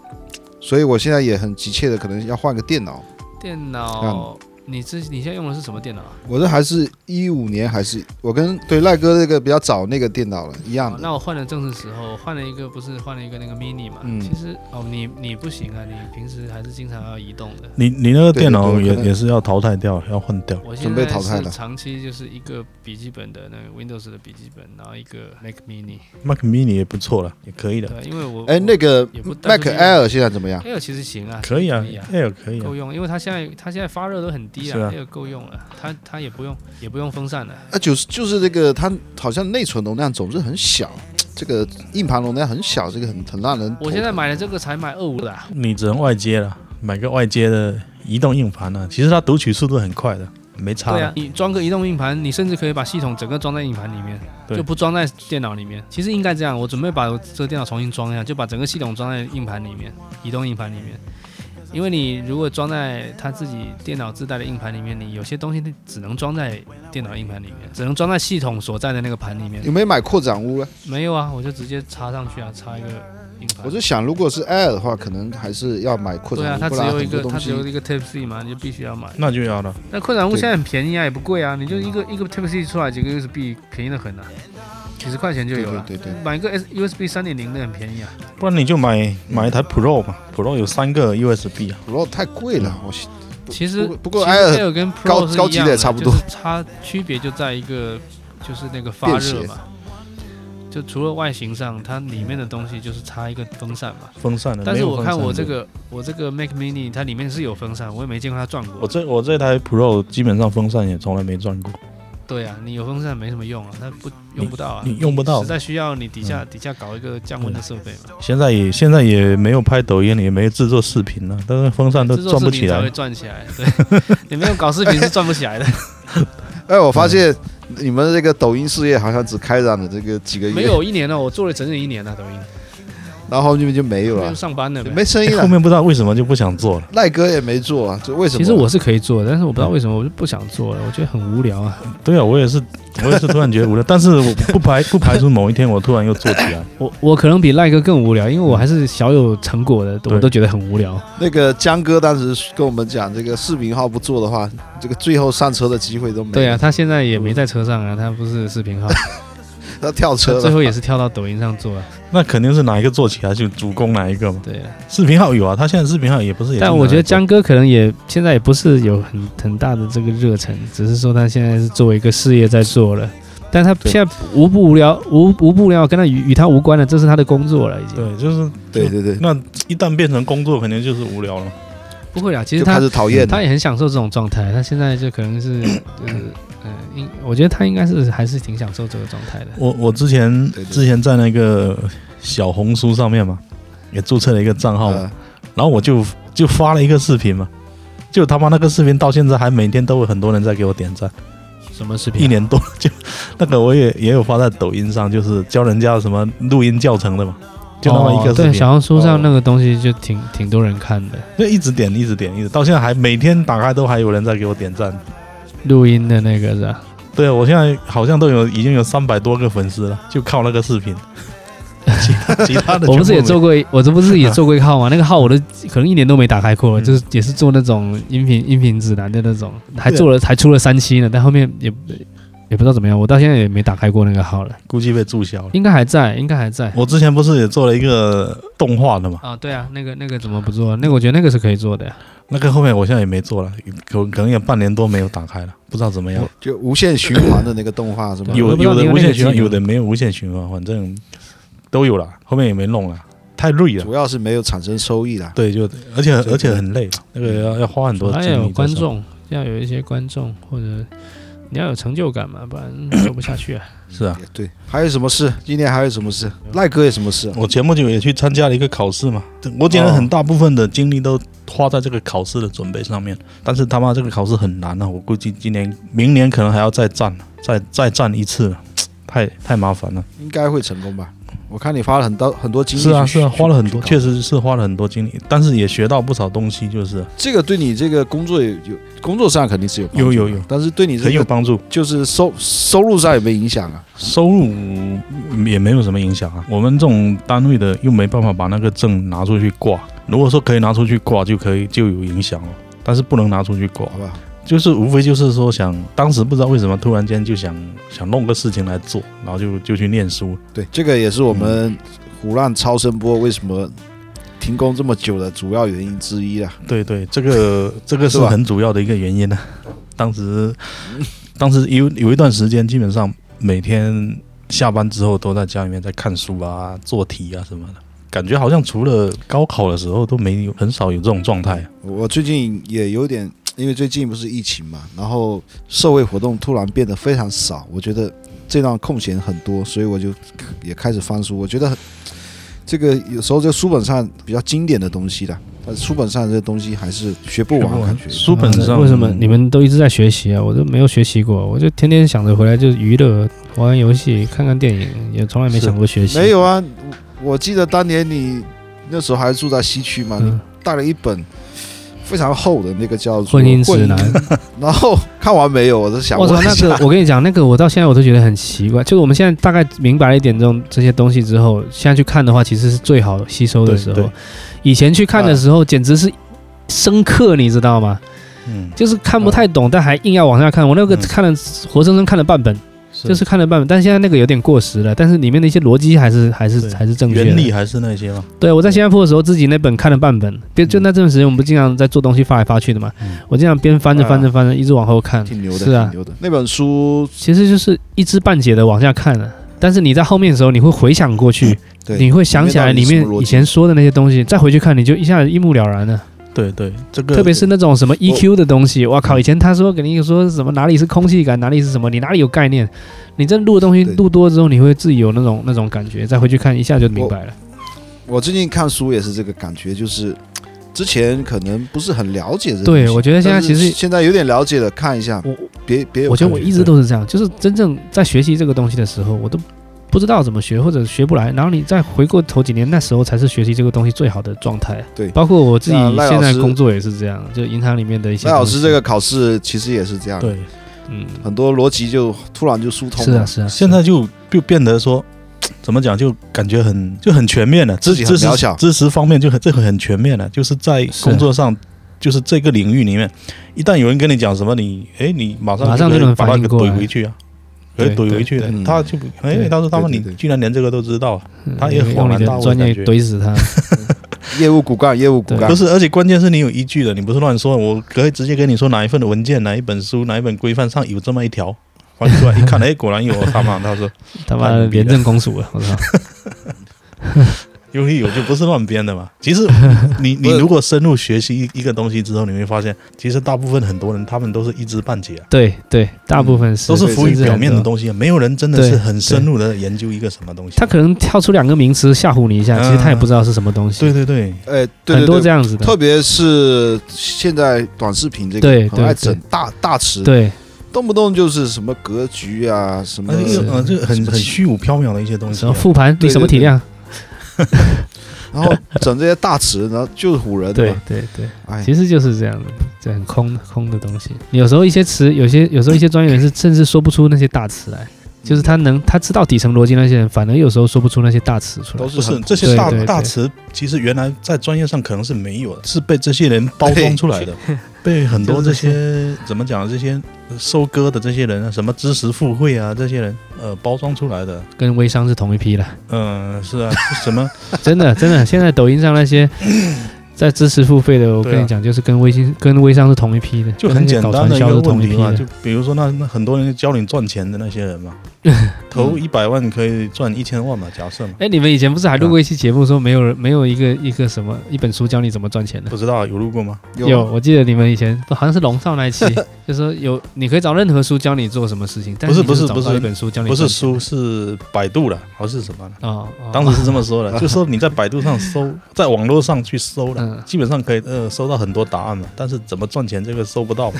S3: 所以我现在也很急切的，可能要换个电脑。
S1: 电脑，你这你现在用的是什么电脑啊？
S3: 我这还是一五年，还是我跟对赖哥那个比较早那个电脑了，一样
S1: 哦
S3: 的。
S1: 那我换了正是时候，换了一个不是换了一个那个 mini 嘛？
S3: 嗯
S1: 其实哦，你你不行啊，你平时还是经常要移动的。
S2: 你你那个电脑
S3: 对对对
S2: 也
S3: 可能
S2: 也是要淘汰掉，要换掉。
S1: 我
S3: 准
S1: 现
S3: 备
S1: 在
S3: 淘汰
S1: 是
S3: 了
S1: 长期就是一个笔记本的那个 Windows 的笔记本，然后一个 Mac Mini。
S2: Mac Mini 也不错了，也可以的，
S1: 对，啊因为我
S3: 哎，那个
S1: 也不
S3: Mac Air 现在怎么样？
S1: Air 其实行啊，
S2: 可以啊
S1: 可以啊
S2: ，Air 可以啊
S1: 够。用，因为它现在它现在发热都很低
S2: 是
S1: 啊
S2: 啊
S1: ，Air 够用了，它它也不用也不用风扇了。
S3: 啊，就是就是这个，它好像内存容量总是很小，这个硬盘容量很小，这个很很让人头疼。
S1: 我现在买的这个才买二五的啊，
S2: 你只能外接了，买个外接的移动硬盘啊。其实它读取速度很快的，没差
S1: 对
S2: 的。
S1: 啊，你装个移动硬盘，你甚至可以把系统整个装在硬盘里面，
S2: 对
S1: 就不装在电脑里面。其实应该这样，我准备把我这个电脑重新装一下，就把整个系统装在硬盘里面，移动硬盘里面。因为你如果装在它自己电脑自带的硬盘里面，你有些东西你只能装在电脑硬盘里面，只能装在系统所在的那个盘里面。
S3: 有没有买扩展坞呢？
S1: 没有啊，我就直接插上去啊，插一个硬盘。
S3: 我就想，如果是 Air 的话，可能还是要买扩
S1: 对
S3: 展
S1: 啊，
S3: 坞，
S1: 它
S3: 不
S1: 只
S3: 然
S1: 有一
S3: 很多
S1: 个，它
S3: 东
S1: 只
S3: 西
S1: 有一个 Type C 嘛，你就必须要买。
S2: 那就要了，
S1: 那扩展坞
S3: 对
S1: 现在很便宜啊，也不贵啊，你就一个一个 Type C 出来，几个 USB 便宜的很啊，几十块钱就
S3: 对
S1: 有
S3: 对
S1: 了。
S3: 对对，
S1: 买个 S USB 三点零的很便宜啊，
S2: 不然你就买买一台 Pro 嘛，Pro 有三个 USB 啊。
S3: 不过太贵了，
S1: 嗯
S3: 我不
S1: 其实
S3: 不不过
S1: 其实
S3: Air
S1: Air 跟
S3: 高
S1: Pro 是一样
S3: 高级的也差不多
S1: 就是差区别就在一个就是那个发
S3: 便携
S1: 热嘛，就除了外形上，它里面的东西就是差一个风扇嘛。
S2: 风扇的，
S1: 但是
S2: 没有
S1: 我
S2: 风
S1: 看
S2: 扇
S1: 我这
S2: 的，
S1: 个我这个 Mac Mini 它里面是有风扇，我也没见过它转过。
S2: 我这我这台 Pro 基本上风扇也从来没转过，
S1: 对啊，你有风扇没什么用啊，它不用不到啊，
S2: 你用不到嗯
S1: 实。在需要你底下、底下搞一个降温的设备嘛，
S2: 现在也现在也没有拍抖音，也没制作视频了，但是风扇都
S1: 制作
S2: 转
S1: 视
S2: 嗯不
S1: 频
S2: 起
S1: 才会
S2: 来。哎
S1: 转起来。对， 你没有搞视频是转不起来 的，
S3: 哎，我发现你们这个抖音事业好像只开展了这个几个月，
S1: 没，有一年了，我做了整整一年了抖音，
S3: 然后你们就没有
S1: 不
S3: 了
S1: 用，上班了呗
S3: 没生意
S2: 后
S3: 了，
S2: 面不知道为什么就不想做了，
S3: 赖哥也没做啊，这为什么？
S1: 其实我是可以做，但是我不知道为什么我就不想做了，我觉得很无聊啊。
S2: 对啊，我也是， 我也是突然觉得无聊，但是我不排不排除某一天我突然又做起来。
S1: 我我可能比赖哥更无聊，因为我还是小有成果的，我
S2: 对
S1: 都觉得很无聊。
S3: 那个江哥当时跟我们讲，这个视频号不做的话，这个最后上车的机会
S2: 嗯
S3: 都没有。
S1: 对啊，，他现在也没在车上啊，他不是视频 号，
S3: 他跳车
S1: 他最
S3: 了。啊
S1: 后也是跳到抖音上做啊。
S2: 那肯定是哪一个做起来就主攻哪一个嘛。
S1: 对啊。
S2: 视频号有啊，他现在视频号也不是也是拿来
S1: 但
S2: 做。
S1: 我觉得江哥可能也现在也不是有很很大的这个热忱，只是说他现在是作为一个事业在做了。但他
S2: 对
S1: 现在无不无聊，无无不聊跟他与与他无关了，这是他的工作了，已经。
S2: 对，就是
S3: 对对对，
S2: 那一旦变成工作，肯定就是无聊了。
S1: 不会啦，其
S3: 就
S1: 实
S3: 开
S1: 他
S3: 始讨厌了
S1: 他也很享受这种状态，他现在就可能 是就是呃，应我觉得他应该是还是挺享受这个状态的。
S2: 我我之前
S3: 对对
S2: 之前在那个小红书上面嘛，也注册了一个账号嘛，
S3: 呃
S2: 然后我就就发了一个视频嘛，就他妈那个视频到现在还每天都有很多人在给我点赞，
S1: 什么视频啊？
S2: 一年多就那个我也也有发在抖音上，就是教人家什么录音教程的嘛，就那么一个
S1: 哦
S2: 视
S1: 对，
S2: 频，
S1: 小红书
S3: 哦
S1: 上那个东西就挺挺多人看的，
S2: 就一直点一直点一直，到现在还每天打开都还有人在给我点赞。
S1: 录音的那个是吧？
S2: 对啊我现在好像都有已经有三百多个粉丝了，就靠那个视频。其他其他的
S1: 我不是也
S2: 全部没
S1: 做过一，我这不 是也做过一个号吗？那个号我都可能一年都没打开过了，
S2: 嗯
S1: 就是也是做那种音频音频指南的那种，还
S2: 对啊
S1: 做了还出了三期呢，但后面也也不知道怎么样，我到现在也没打开过那个号了，
S2: 估计被注销了。
S1: 应该还在，应该还在。
S2: 我之前不是也做了一个动画的嘛，
S1: 啊，对啊，那个那个怎么不做？那个我觉得那个是可以做的呀。
S2: 那个后面我现在也没做了，可可能也半年多没有打开了，不知道怎么样。
S3: 就无限循环的那个动画是吗？
S1: 对
S2: 有
S1: 我不知道
S2: 有
S1: 你
S2: 的
S1: 有
S2: 无
S1: 那个
S2: 限
S1: 技
S2: 循
S1: 能
S2: 环，有的没有无限循环，反正都有了，后面也没弄了，太累了。
S3: 主要是没有产生收益啦。
S2: 对，嗯就而且
S3: 对
S2: 而且很累，那个要要花很多精
S1: 还
S2: 力。
S1: 有观，众，要有一些观众或者你要有成就感嘛，不然做不下去啊。
S2: 是啊，
S3: 也对，还有什么事？今天还有什么事？赖哥有什么事啊？
S2: 我前不久也去参加了一个考试嘛，我觉得很大部分的精力都花在这个考试的准备上面，但是他妈这个考试很难啊，我估计今年明年可能还要再战，再再战一次了，太太麻烦了。
S3: 应该会成功吧？我看你花了很多很多精力去。
S2: 是啊是啊，
S3: 去
S2: 花了很多，
S3: 去搞
S2: 确实是花了很多精力，但是也学到不少东西，就是
S3: 这个对你这个工作有有工作上肯定是有帮助的
S2: 有有有
S3: 但是对你这
S2: 很有
S3: 个
S2: 帮助。
S3: 就是收收入上有没有影响啊？
S2: 收入嗯也没有什么影响啊。我们这种单位的又没办法把那个证拿出去挂，如果说可以拿出去挂，就可以就有影响了。但是不能拿出去挂，
S3: 好吧，
S2: 就是无非就是说想，当时不知道为什么突然间就想想弄个事情来做，然后就就去念书。
S3: 对，这个也是我
S2: 嗯
S3: 们虎浪超声波为什么停工这么久的主要原因之一啊。
S2: 对对，这 个这个
S3: 是
S2: 是
S3: 吧
S2: 很主要的一个原因呢、当时当时有有一段时间，基本上每天下班之后都在家里面在看书啊、做题啊什么的，感觉好像除了高考的时候都没有很少有这种状态啊、
S3: 我最近也有点，因为最近不是疫情嘛，然后社会活动突然变得非常少，我觉得这段空闲很多，所以我就也开始翻书。我觉得这个有时候这个书本上比较经典的东西啦，但书本上这东西还是学不完，感觉。
S2: 书本上、
S1: 啊为什么你们都一直在学习啊？我都没有学习过，我就天天想着回来就娱乐、玩玩游戏、看看电影，也从来没
S2: 是
S1: 想过学习。
S3: 没有啊，我我记得当年你那时候还住在西区嘛，你
S1: 嗯，
S3: 带了一本非常厚的那个叫做《
S1: 婚姻指南。
S3: 然后看完没有？我都想
S1: 我
S3: 问
S1: 操，
S3: 一
S1: 那
S3: 下，
S1: 个我跟你讲，那个我到现在我都觉得很奇怪。就是我们现在大概明白了一点这种这些东西之后，现在去看的话，其实是最好吸收的
S2: 对
S1: 时
S2: 对
S1: 候。以前去看的时候，简直是深刻，你知道吗？
S2: 嗯，
S1: 就是看不太懂，但还硬要往下看。我那个
S2: 嗯
S1: 看了活生生看了半本，就是看了半本，但现在那个有点过时了。但是里面的一些逻辑还是还是
S2: 对
S1: 还是正确的。
S2: 原理还是那些嘛，
S1: 对，我在新加坡的时候，自己那本看了半本，边就那段时间我们不经常在做东西发来发去的嘛，
S2: 嗯
S1: 我经常边翻着翻着翻着，一直往后看，
S3: 挺牛的，
S1: 是啊
S3: 挺，牛的。那本书，
S1: 其实就是一知半解的往下看了。但是你在后面的时候，你会回想过去，
S3: 对，
S1: 你会想起来里
S3: 里面
S1: 面
S3: 到底是什么逻辑
S1: 以前说的那些东西，再回去看，你就一下子一目了然了。
S2: 对对，这个
S1: 特别是那种什么 EQ 的东西，哇靠！以前他说给你说什么哪里是空气感，哪里是什么，你哪里有概念？你这录的东西
S3: 对
S1: 录多之后，你会自己有那种那种感觉，再回去看一下就明白了。
S3: 我最近看书也是这个感觉，就是之前可能不是很了解这个东西。
S1: 对，我觉得现在
S3: 但是
S1: 其实
S3: 现在有点了解了，看一下，
S1: 我
S3: 别别有
S1: 我觉得
S3: 感
S1: 我一直都是这样，就是真正在学习这个东西的时候，我都不知道怎么学或者学不来，然后你再回过头几年，那时候才是学习这个东西最好的状态。啊
S3: 对
S1: 包括我自己
S3: 那赖
S1: 现
S3: 老
S1: 在
S3: 师
S1: 工作也是这样，就银行里面的一些
S3: 赖老
S1: 东西
S3: 师这个，考试其实也是这样，
S2: 对，
S1: 嗯，
S3: 很多逻辑就突然就疏通
S1: 是
S3: 了
S1: 啊。是啊，
S2: 现在就就变得说。怎么讲就感觉很就很全面了，知
S3: 自己很
S2: 知识
S3: 渺小
S2: 知识方面就很这很全面了，就是在
S1: 是
S2: 工作上，就是这个领域里面，一旦有人跟你讲什么，你哎你马上
S1: 马上
S2: 可以
S1: 就能
S2: 把
S1: 反
S2: 它
S1: 应
S2: 给
S1: 过
S2: 怼
S1: 来
S2: 回去啊，可以
S1: 对嗯
S2: 怼回去的
S3: 对，
S2: 他就不哎
S1: 对
S2: 他说他们
S3: 对
S2: 你
S3: 对对
S2: 居然连这个都知道，啊
S1: 嗯
S2: 他也
S1: 你用
S2: 恍
S1: 你
S2: 然
S1: 的
S2: 大悟的
S1: 专业
S2: 感觉
S1: 怼死他。
S3: 业务骨干，业务骨
S1: 对
S3: 干
S2: 不。是，而且关键是你有依据的，你不是乱说，我可以直接跟你说哪一份文件、哪一本书、哪一本规范上有这么一条，翻出来一看，哎，果然有，他妈他说
S1: 他妈的廉政公署啊了，我操！
S2: 因为有就不是乱编的 嘛。其实你你
S3: 不是
S2: 如果深入学习一一个东西之后，你会发现，其实大部分很多人他们都是一知半解啊，
S1: 对对，大部分是
S2: 嗯都是浮于
S1: 甚至
S2: 表面的
S1: 很多
S2: 东西啊，没有人真的
S1: 对
S2: 是很深入的研究一个什么东西。
S1: 他可能跳出两个名词吓唬你一下，其实他也不知道是什么东西。
S2: 对对嗯对，
S3: 哎，对
S1: 很
S3: 对
S1: 多这
S3: 对，
S1: 样子的。
S3: 特别是现在短视频这个
S1: 对
S3: 很
S1: 对
S3: 爱
S1: 对
S3: 整大大词，
S1: 对
S3: 动不动就是什么格局啊，什么
S2: 而且
S1: 是
S2: 又呃，这个很
S3: 什么
S2: 很虚无缥缈的一些东西
S1: 什
S2: 啊、
S1: 么复盘，你
S3: 对
S1: 什么体量？
S3: 然后整这些大词，然后就是唬人的
S1: 对
S3: 嘛。
S1: 对对，
S3: 哎，
S1: 其实就是这样的，这很空空的东西。有时候一些词，有些有时候一些专业人士甚至说不出那些大词来，就是他能他知道底层逻辑那些人，反而有时候说不出那些大词出来
S3: 都。
S2: 不是
S3: 很
S2: 这些
S1: 对
S2: 大
S1: 对对
S2: 大词，其实原来在专业上可能是没有的，是被这些人包装出来的， 被很多
S1: 就
S2: 这
S1: 是这
S2: 些怎么讲，这些收割的这些人啊，什么知识付费啊，这些人呃包装出来的，
S1: 跟微商是同一批的，
S2: 嗯、是啊，什么
S1: 真的真的。现在抖音上那些在支持付费的，我
S2: 对
S1: 跟
S2: 啊
S1: 你讲，就是跟微信跟微商是同一批的，
S2: 就
S1: 跟
S2: 很
S1: 那些
S2: 简
S1: 搞
S2: 单
S1: 传
S2: 的一
S1: 销
S2: 个
S1: 是同
S2: 问
S1: 一
S2: 题
S1: 批
S2: 嘛，
S1: 的
S2: 就。比如说那那很多人教你赚钱的那些人 嘛，
S1: 嗯
S2: 投一百万可以赚一千万嘛，假设嘛，
S1: 哎，你们以前不是还录过一期节目，说没有人没有一个一个什么一本书教你怎么赚钱的？
S2: 不知道有录过吗？
S3: 啊
S1: 有，我记得你们以前好像是龙少那一期，就说有你可以找任何书教你做什么事情，但
S2: 不是
S1: 你就是
S2: 不是
S1: 找到
S2: 不是
S1: 一本书教你
S2: 不是
S1: 赚钱
S2: 书，是百度的，还是什么的？
S1: 哦，哦
S2: 当时是这么说 的，就说你在百度上搜，在网络上去搜了，
S1: 嗯
S2: 基本上可以呃搜到很多答案嘛，但是怎么赚钱这个搜不 到嘛，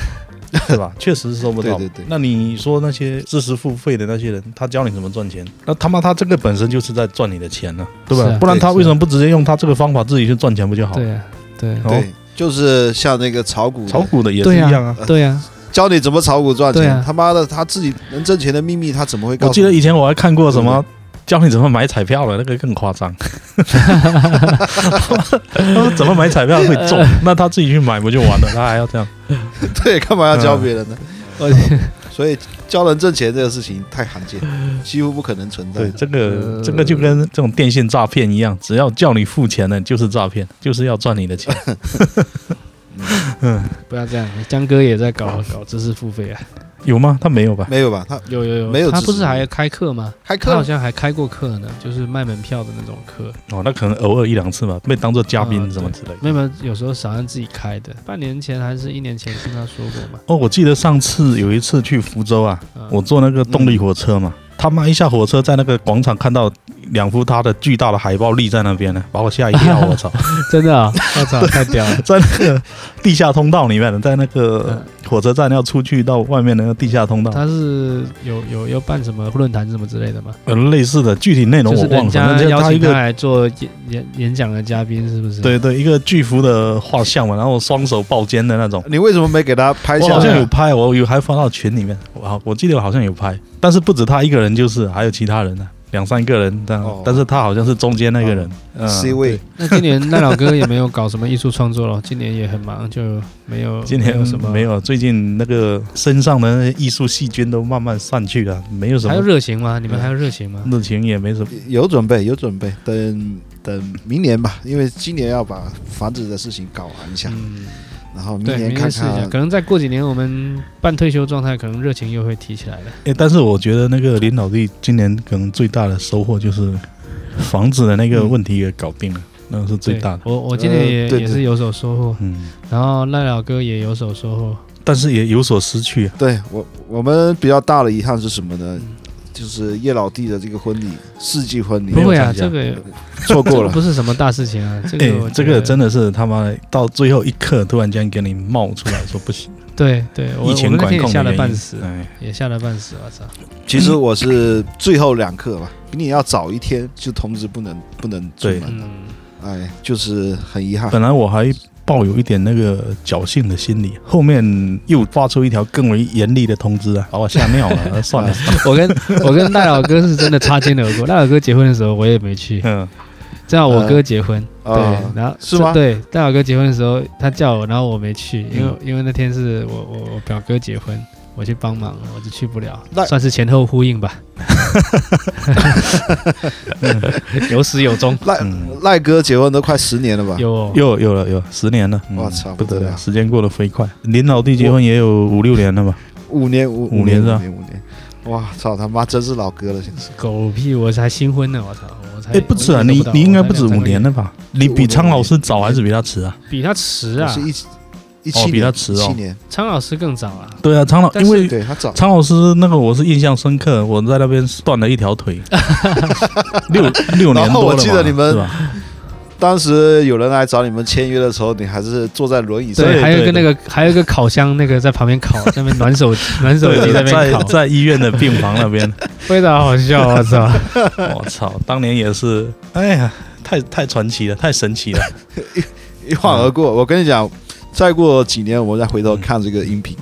S2: 对吧？确实是搜不到嘛。
S3: 对对对
S2: 那你说那些知识付费的那些人，他教你怎么赚钱，那他妈他这个本身就是在赚你的钱呢、对吧？
S1: 是啊
S2: 不然他
S3: 对是啊
S2: 为什么不直接用他这个方法自己去赚钱不就好？
S1: 对啊，对啊
S2: 哦
S3: 对，就是像那个炒股的，
S2: 炒股的也是
S1: 对
S2: 一
S1: 啊
S2: 样啊。
S1: 对啊，
S3: 教你怎么炒股赚
S1: 对
S3: 钱，
S1: 啊
S3: 他妈的他自己能挣钱的秘密，他怎么会告诉
S2: 我
S3: 你？
S2: 记得以前我还看过什么。教你怎么买彩票的那个更夸张，他说怎么买彩票会中，
S1: 呃
S2: 那他自己去买不就完了？他还要这样？
S3: 对，干嘛要教别人呢？
S1: 嗯 我
S3: 所以教人挣钱这个事情太罕见，几乎不可能存在
S2: 对，。这个
S1: 呃
S2: 这个就跟这种电信诈骗一样，只要叫你付钱的，就是诈骗，就是要赚你的钱。
S1: 不要这样，江哥也在搞搞知识付费啊，
S2: 有吗？他没有吧？
S3: 没有吧？他
S1: 有有有，
S3: 没有
S1: 他
S3: 知识
S1: 不是还开课吗？
S3: 开
S1: 他
S3: 课
S1: 好像还开过课呢，就是卖门票的那种课，
S2: 哦，那可能偶尔一两次吧，被当做嘉宾
S1: 嗯
S2: 什么之类的。
S1: 没有没有，有时候小安自己开的，半年前还是一年前听他说过嘛，
S2: 哦，我记得上次有一次去福州啊，
S1: 嗯
S2: 我坐那个动力火车嘛，他妈一下火车在那个广场看到两幅他的巨大的海报立在那边呢，把我吓一跳， 我操！
S1: 真的啊，我操，太屌了，
S2: 在那个地下通道里面的，在那个火车站要出去到外面的那个地下通道，
S1: 嗯他是有有要办什么论坛什么之类的吗？
S2: 呃，类似的具体内容
S1: 就
S2: 我
S1: 是人
S2: 忘了，
S1: 家
S2: 反正就
S1: 邀
S2: 他一
S1: 请他
S2: 个
S1: 来做演演演讲的嘉宾，是不是？
S2: 对对，一个巨幅的画像嘛，然后双手抱肩的那种。
S3: 你为什么没给他拍
S2: 我
S3: 下
S2: 好像有
S3: 来？
S2: 拍，我有还发到群里面，我好我记得我好像有拍，但是不止他一个人，就是还有其他人呢、啊两三个人这样，
S3: 哦
S2: 但是他好像是中间那个人、嗯
S3: C 位
S2: 对，
S1: 那今年赖老哥也没有搞什么艺术创作了，今年也很忙，就没有
S2: 今
S1: 没
S2: 天
S1: 有什么
S2: 没有，最近那个身上的那些艺术细菌都慢慢散去了，没有什
S1: 还有
S2: 么
S1: 热情吗？你们还有热情吗？
S2: 热情，也没什么。
S3: 有准备，有准备，等等明年吧，因为今年要把房子的事情搞完一下，
S1: 嗯，
S3: 然后明
S1: 对，
S3: 年
S1: 明
S3: 看啊
S1: 年试
S2: 啊
S1: 一下，
S3: 看
S1: 可能再过几年我们半退休状态，可能热情又会提起来了。
S2: 哎，但是我觉得那个林老弟今年可能最大的收获就是房子的那
S3: 嗯
S2: 个问题也搞定了，那是最
S1: 对
S2: 大的。
S1: 我我今年也、
S3: 呃对
S1: 也是有所收获，
S2: 嗯，
S1: 然后赖老哥也有所收获。
S2: 但是也有所失去啊。
S3: 对我，我们比较大的遗憾是什么呢
S1: 嗯？
S3: 就是叶老弟的这个婚礼，世纪婚礼
S1: 不会啊，
S2: 参加
S1: 这个
S3: 错
S1: 这
S3: 过
S1: 个
S3: 了。
S1: 不是什么大事情啊，这
S2: 哎、
S1: 个我
S2: 这
S1: 觉
S2: 个
S1: 得
S2: 真的是他妈到最后一刻突然间给你冒出来说不 行，
S1: 对对，我
S2: 疫
S1: 我
S2: 情
S1: 们那
S2: 管
S1: 天也
S2: 控
S1: 吓
S2: 的
S1: 了
S2: 原
S1: 半
S2: 因。
S1: 死，啊
S2: 哎，
S1: 也吓了半死，我操！
S3: 其实我是最后两刻吧，比你要早一天就通知不能不能出
S2: 对嗯
S3: 门，
S1: 嗯，
S3: 哎，就是很遗憾。
S2: 本来我还抱有一点那个侥幸的心理，后面又发出一条更为严厉的通知啊，把我吓 尿了，算了，
S1: 我跟我跟赖老哥是真的擦肩而 过，赖老哥结婚的时候我也没去，
S2: 嗯，
S1: 正好我哥结婚，
S3: 啊、
S2: 哦
S1: 对，然后
S3: 是吗
S1: 对，戴老哥结婚的时候，他叫我，然后我没去，因为、
S2: 嗯
S1: 因为那天是我我我表哥结婚，我去帮忙，我就去不了
S3: 那，
S1: 算是前后呼应 吧，有始有 终，
S3: 赖、
S2: 嗯
S3: 赖哥结婚都快十年了吧？
S1: 有哦
S2: 又有了有了十年了，嗯
S3: 我操
S2: 不得
S3: 不得
S2: 了，
S3: 了
S2: 时间过得飞快，林老弟结婚也有五六年了吧？
S3: 五年五
S2: 五年是吧
S3: 五年五年，哇操他妈真是老哥了，现在
S1: 狗屁，我才新婚呢，我操，我才
S2: 哎，不止啊，
S1: 我一
S2: 你
S1: 年都到
S2: 你应该
S1: 我才
S2: 不止
S1: 两三
S2: 五
S1: 个月
S2: 年，了吧？你比苍老师早还是比他迟啊？
S1: 比他迟啊
S3: 我，是一一
S2: 哦
S3: 七年，
S2: 比他迟哦
S3: 一七年，
S1: 苍老师更早啊，
S2: 对啊，苍老，
S1: 但是
S2: 因为
S3: 对他早，
S2: 苍老师那个我是印象深刻，我在那 边断了一条腿，六六年
S3: 然后
S2: 多
S3: 我
S2: 了嘛
S3: 记得你们
S2: 是吧？
S3: 当时有人来找你们签约的时候，你还是坐在轮椅上，
S1: 对，还有一个那
S2: 对
S1: 个，还有一个烤箱，那个在旁边烤，那边暖 手暖手机
S2: 对，
S1: 在那边
S2: 在
S1: 烤，
S2: 在医院的病房那边，
S1: 非常好笑，啊我操！
S2: 我操，当年也是，哎呀，太太传奇了，太 神奇了。
S3: 一晃而过。我跟你讲，再过几年我们再回头看这个音频，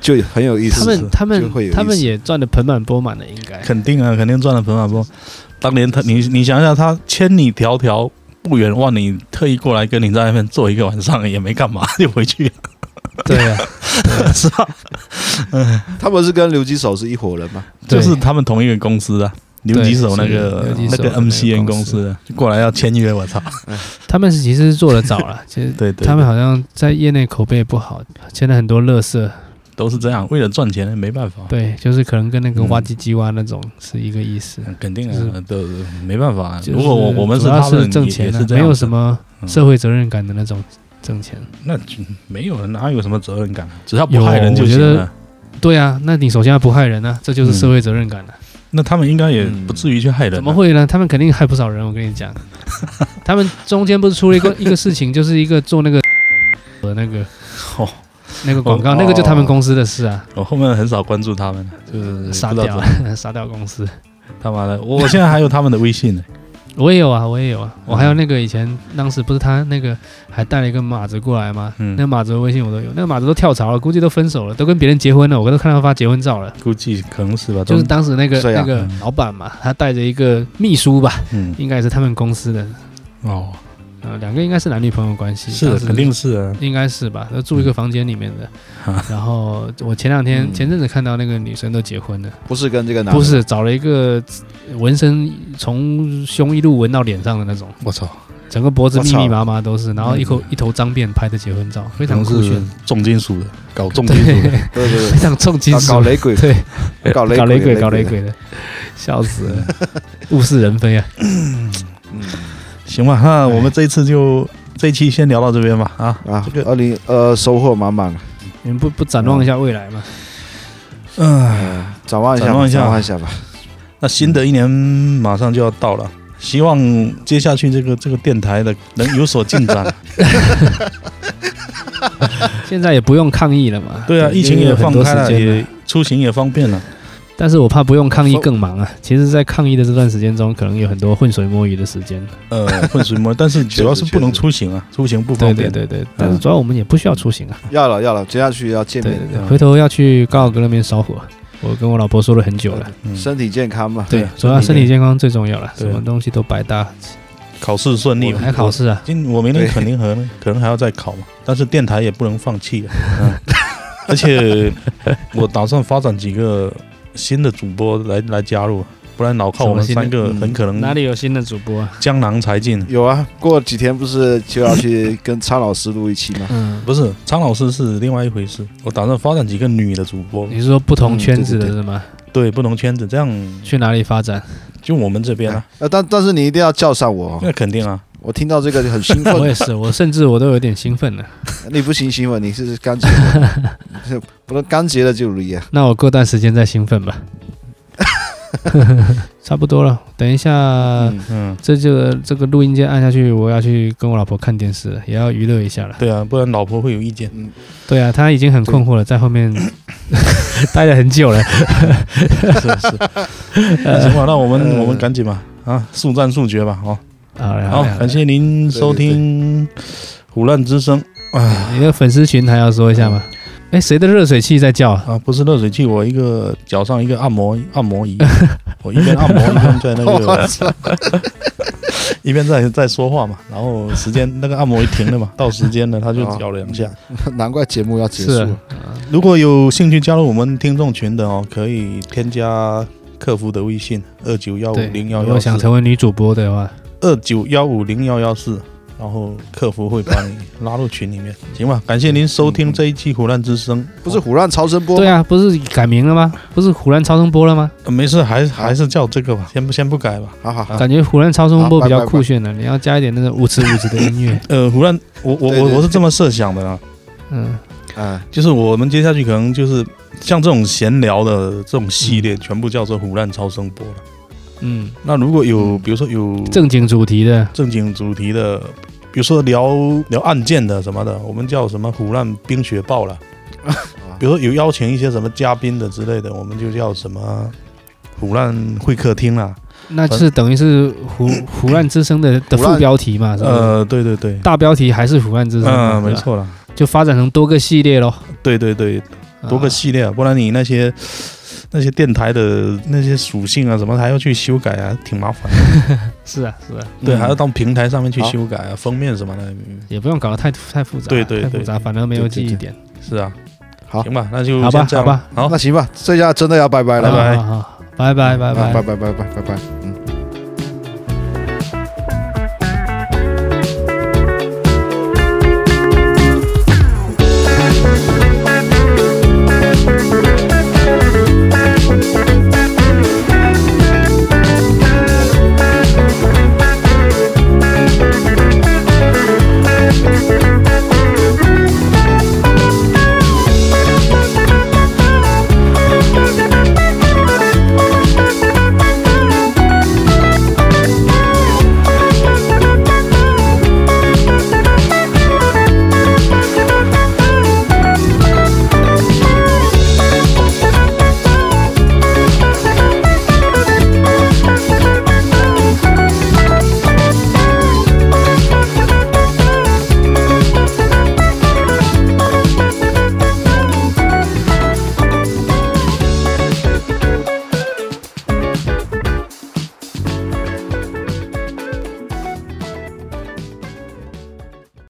S3: 就就很有意思。
S1: 他们他
S3: 就
S1: 们
S3: 会有意思
S1: 他们也赚的盆满钵满的，应 该
S2: 肯定啊，肯定赚了盆满钵。当年他，你你想想，他千里迢迢不远万里，特意过来跟你在那边坐一个晚上，也没干嘛， 就回去了，
S1: 对啊，
S2: 是吧？
S3: 他们是跟刘基手是一伙人嘛？
S1: 对
S2: 就是他们同一个公司啊，留几手那
S1: 对
S2: 个
S1: 是留几手
S2: 那
S1: 那个
S2: 个
S1: 公
S2: MCN 公
S1: 司
S2: 司就过来要签约，我操！
S1: 他们其实是做的早了，其实
S2: 对对，
S1: 他们好像在业内口碑也不好，签了很多乐色，
S2: 对都是这样，为了赚钱没办法，
S1: 对，就是可能跟那个
S2: 嗯
S1: 挖唧唧挖那种是一个意思。
S2: 嗯肯定
S1: 就是
S2: 啊，都没办法啊。
S1: 就是
S2: 如果我我们
S1: 主要
S2: 他们
S1: 是
S2: 也
S1: 挣钱
S2: 也
S1: 的
S2: 是，这
S1: 没
S2: 样
S1: 有
S2: 子嗯
S1: 什么社会责任感的那种挣钱。
S2: 那就没有人哪有什么责任感啊，只要不
S1: 有
S2: 害人就
S1: 我觉
S2: 行
S1: 得
S2: 了。
S1: 对啊，那你首先要不害人啊，这
S2: 嗯
S1: 就是社会责任感啊了、
S2: 那他们应该也不至于去害人
S1: 嗯
S2: 啊，
S1: 怎么会呢？他们肯定害不少人，我跟你讲。他们中间不是出了一 个一个事情，就是一个做那个的那个
S2: 哦
S1: 那个广告，
S3: 哦
S1: 那个就他们公司的事啊，
S2: 我后面很少关注他们，就是
S1: 杀
S2: 不知道
S1: 掉
S2: 怎 么
S1: 了杀掉公司。
S2: 他妈的，我现在还有他们的微信呢。
S1: 我也有啊，我也有啊，
S2: 嗯
S1: 我还有那个以前当时不是他那个还带了一个马子过来吗？
S2: 嗯
S1: 那个马子的微信我都有，那个马子都跳槽了，估计都分手了，都跟别人结婚了，我都看到他发结婚照了。
S2: 估计可能是吧，
S1: 就是
S2: 都
S1: 当时那个
S3: 这样
S1: 那个
S2: 嗯
S1: 老板嘛，他带着一个秘书吧，
S2: 嗯
S1: 应该也是他们公司的，
S2: 哦，
S1: 呃，两个应该是男女朋友关系，
S2: 是
S1: 当时
S2: 肯定是啊，
S1: 应该是吧，都住一个房间里面的
S2: 啊。
S1: 然后我前两天
S3: 嗯
S1: 前阵子看到那个女生都结婚了，
S3: 不是跟这个男的
S1: 不是找了一个纹身从胸一路纹到脸上的那种，
S2: 我操，
S1: 整个脖子
S3: 我
S1: 密
S3: 操
S1: 密麻麻都
S3: 哦
S1: 是，然后一
S3: 嗯
S1: 口一头脏辫拍的结婚照，非
S2: 可
S1: 常
S2: 能
S1: 酷
S2: 是
S1: 炫，
S2: 重金属的，搞重金属的，
S1: 对，
S3: 对对
S1: 非常重金
S3: 对，
S1: 属
S3: 搞，雷 鬼，
S1: 对，
S3: 搞雷
S1: 搞雷
S3: 鬼，
S1: 鬼搞雷，鬼的，笑死 了，物是人非啊。
S3: 嗯
S2: 行吧，那我们这一次就这一期先聊到这边吧啊，
S3: 啊
S2: 这，个
S3: 二零呃收获满满，
S1: 你们不不展望一下未来吗？
S2: 嗯，
S3: 嗯，展望一下吧，
S2: 展望一下
S3: 展望一下吧，
S2: 那新的一年马上就要到了。希望接下去这个这个电台的能有所 进展。
S1: 现在也不用抗议了嘛。
S2: 对啊，疫情
S1: 也
S2: 也
S1: 有
S2: 放
S1: 很多
S2: 开
S1: 时
S2: 了，
S1: 间
S2: 也出行也方便了。
S1: 但是我怕不用抗议更忙啊。其实，在抗议的这段时间中，可能有很多浑水摸鱼的时间。
S2: 呃，混水 摸，但是主要是不能出行啊，出行不
S1: 对
S2: 方
S1: 对
S2: 便。
S1: 对对，但是主要我们也不需要出行啊。
S3: 要了要了，接下去要见
S1: 对
S3: 面
S1: 对，对，
S2: 嗯
S1: 回头要去高尔哥那边烧火，我跟我老婆说了很久了。
S2: 嗯
S3: 身体健康嘛，
S2: 对
S1: 主要身体健康最重要了，什
S2: 对
S1: 么东西都白搭。
S2: 考试顺
S1: 我
S2: 利嘛，
S1: 还考试啊？
S2: 今我明年
S3: 对
S2: 肯定可能可能还要再考嘛，但是电台也不能放弃了。 嗯、而且我打算发展几个新的主播来来加入，不然老靠我们
S1: 什么
S2: 三
S1: 新
S2: 个
S3: 嗯
S2: 很可
S1: 哪
S2: 能
S1: 里有新的主播啊？
S2: 江郎才尽。
S3: 有啊，过几天不是就要去跟苍老师录一期吗？
S1: 嗯，
S2: 不是，苍老师是另外一回事。我打算发展几个女的主播，
S1: 你是说不同
S3: 嗯
S1: 圈子的
S3: 对对
S1: 是吗？
S2: 对，不同圈子，这样
S1: 去哪里发展？
S2: 就我们这边啊，
S3: 呃，但但是你一定要叫上我哦，
S2: 那肯定啊，
S3: 我听到这个就很兴
S1: 我
S3: 奋。
S1: 也是，我甚至我都有点兴奋了。
S3: 你不行兴奋，你是刚结的， 不能刚结了就离啊。
S1: 那我过段时间再兴奋 吧。差不多了，等一下，
S3: 嗯，
S2: 嗯。
S1: 这就这个录音键按下去，我要去跟我老婆看电视了，也要娱乐一下了。
S2: 对啊，不然老婆会有意见。
S1: 对啊，她已经很困惑了，在后 面待了很久了。
S2: 是是，行吧，那我们、我们赶紧吧，啊，速战速决吧，哦。
S1: 好嘞，
S2: 好
S1: 嘞，嘞
S2: 感。谢您收听《虎烂之声》啊
S1: 你的粉丝群还要说一下吗？哎，谁的热水器在叫啊？
S2: 啊，不是热水器，我一个脚上一个按摩按摩仪，我一边按摩一边在那
S3: 我
S2: 个
S3: 操，
S2: 一边在在说话嘛，然后时间那个按摩仪停了嘛，到时间了他就
S3: 哦
S2: 搅两下。
S3: 难怪节目要结束
S1: 是
S3: 了
S1: 啊。
S2: 如果有兴趣加入我们听众群的哦，可以添加客服的微信二九幺五
S1: 对，
S2: 零幺
S1: 如
S2: 幺
S1: 果想
S2: 四
S1: 成为女主播的话，
S2: 二九幺五零幺幺四。然后客服会把你拉入群里面，行吧？感谢您收听这一期《虎烂之声》，
S3: 不是胡乱超声波吗
S1: 对啊，不是改名了吗？不是虎兰超声波了吗？
S2: 呃，没事，还还是叫这个吧，先不先不改吧。
S3: 好好好，
S2: 啊
S1: 感觉虎兰超声波
S3: 好
S1: 比较
S3: 拜啊拜
S1: 酷炫的，你要加一点那种舞池舞池的音 乐。
S2: 呃，胡乱，我我
S3: 对对
S2: 我我是这么设想的啊，
S1: 嗯，
S3: 嗯，
S2: 就是我们接下去可嗯能就是像这种闲聊的这种系列，全部叫做胡乱超声波了。
S1: 嗯，
S2: 那如果有，比如说有
S1: 正经主题的，
S2: 正经主题的，比如说聊聊案件的什么的，我们叫什么“虎烂冰雪暴”了。比如说有邀请一些什么嘉宾的之类的，我们就叫什么“虎烂会客厅”啦。
S1: 那是等于是胡胡乱之声的的
S3: 胡乱
S1: 副标题嘛，是吧？
S2: 呃，对对对，
S1: 大标题还是胡乱之声，
S2: 嗯，
S1: 是吧
S2: 没，错啦，
S1: 就发展成多个系列咯，
S2: 对对对，
S1: 啊
S2: 多个系列啊，不然你那些那些电台的那些属性啊什么还要去修改啊，挺麻烦的。
S1: 是啊是啊，
S2: 对，
S3: 嗯
S2: 还要到平台上面去
S3: 好
S2: 修改啊，封面什么的，嗯
S1: 也不用搞得太太复杂，
S2: 对对
S1: 太复
S2: 对
S1: 杂反而没有记忆点。
S2: 是啊。
S3: 好
S2: 行吧，那就
S1: 好吧
S2: 先这样
S1: 好吧，
S2: 好
S3: 那，行吧，这下真的要拜拜
S1: 啊好
S3: 了，嗯
S2: 拜
S1: 好好好拜拜拜
S3: 拜
S1: 拜。
S3: 拜拜拜拜拜拜。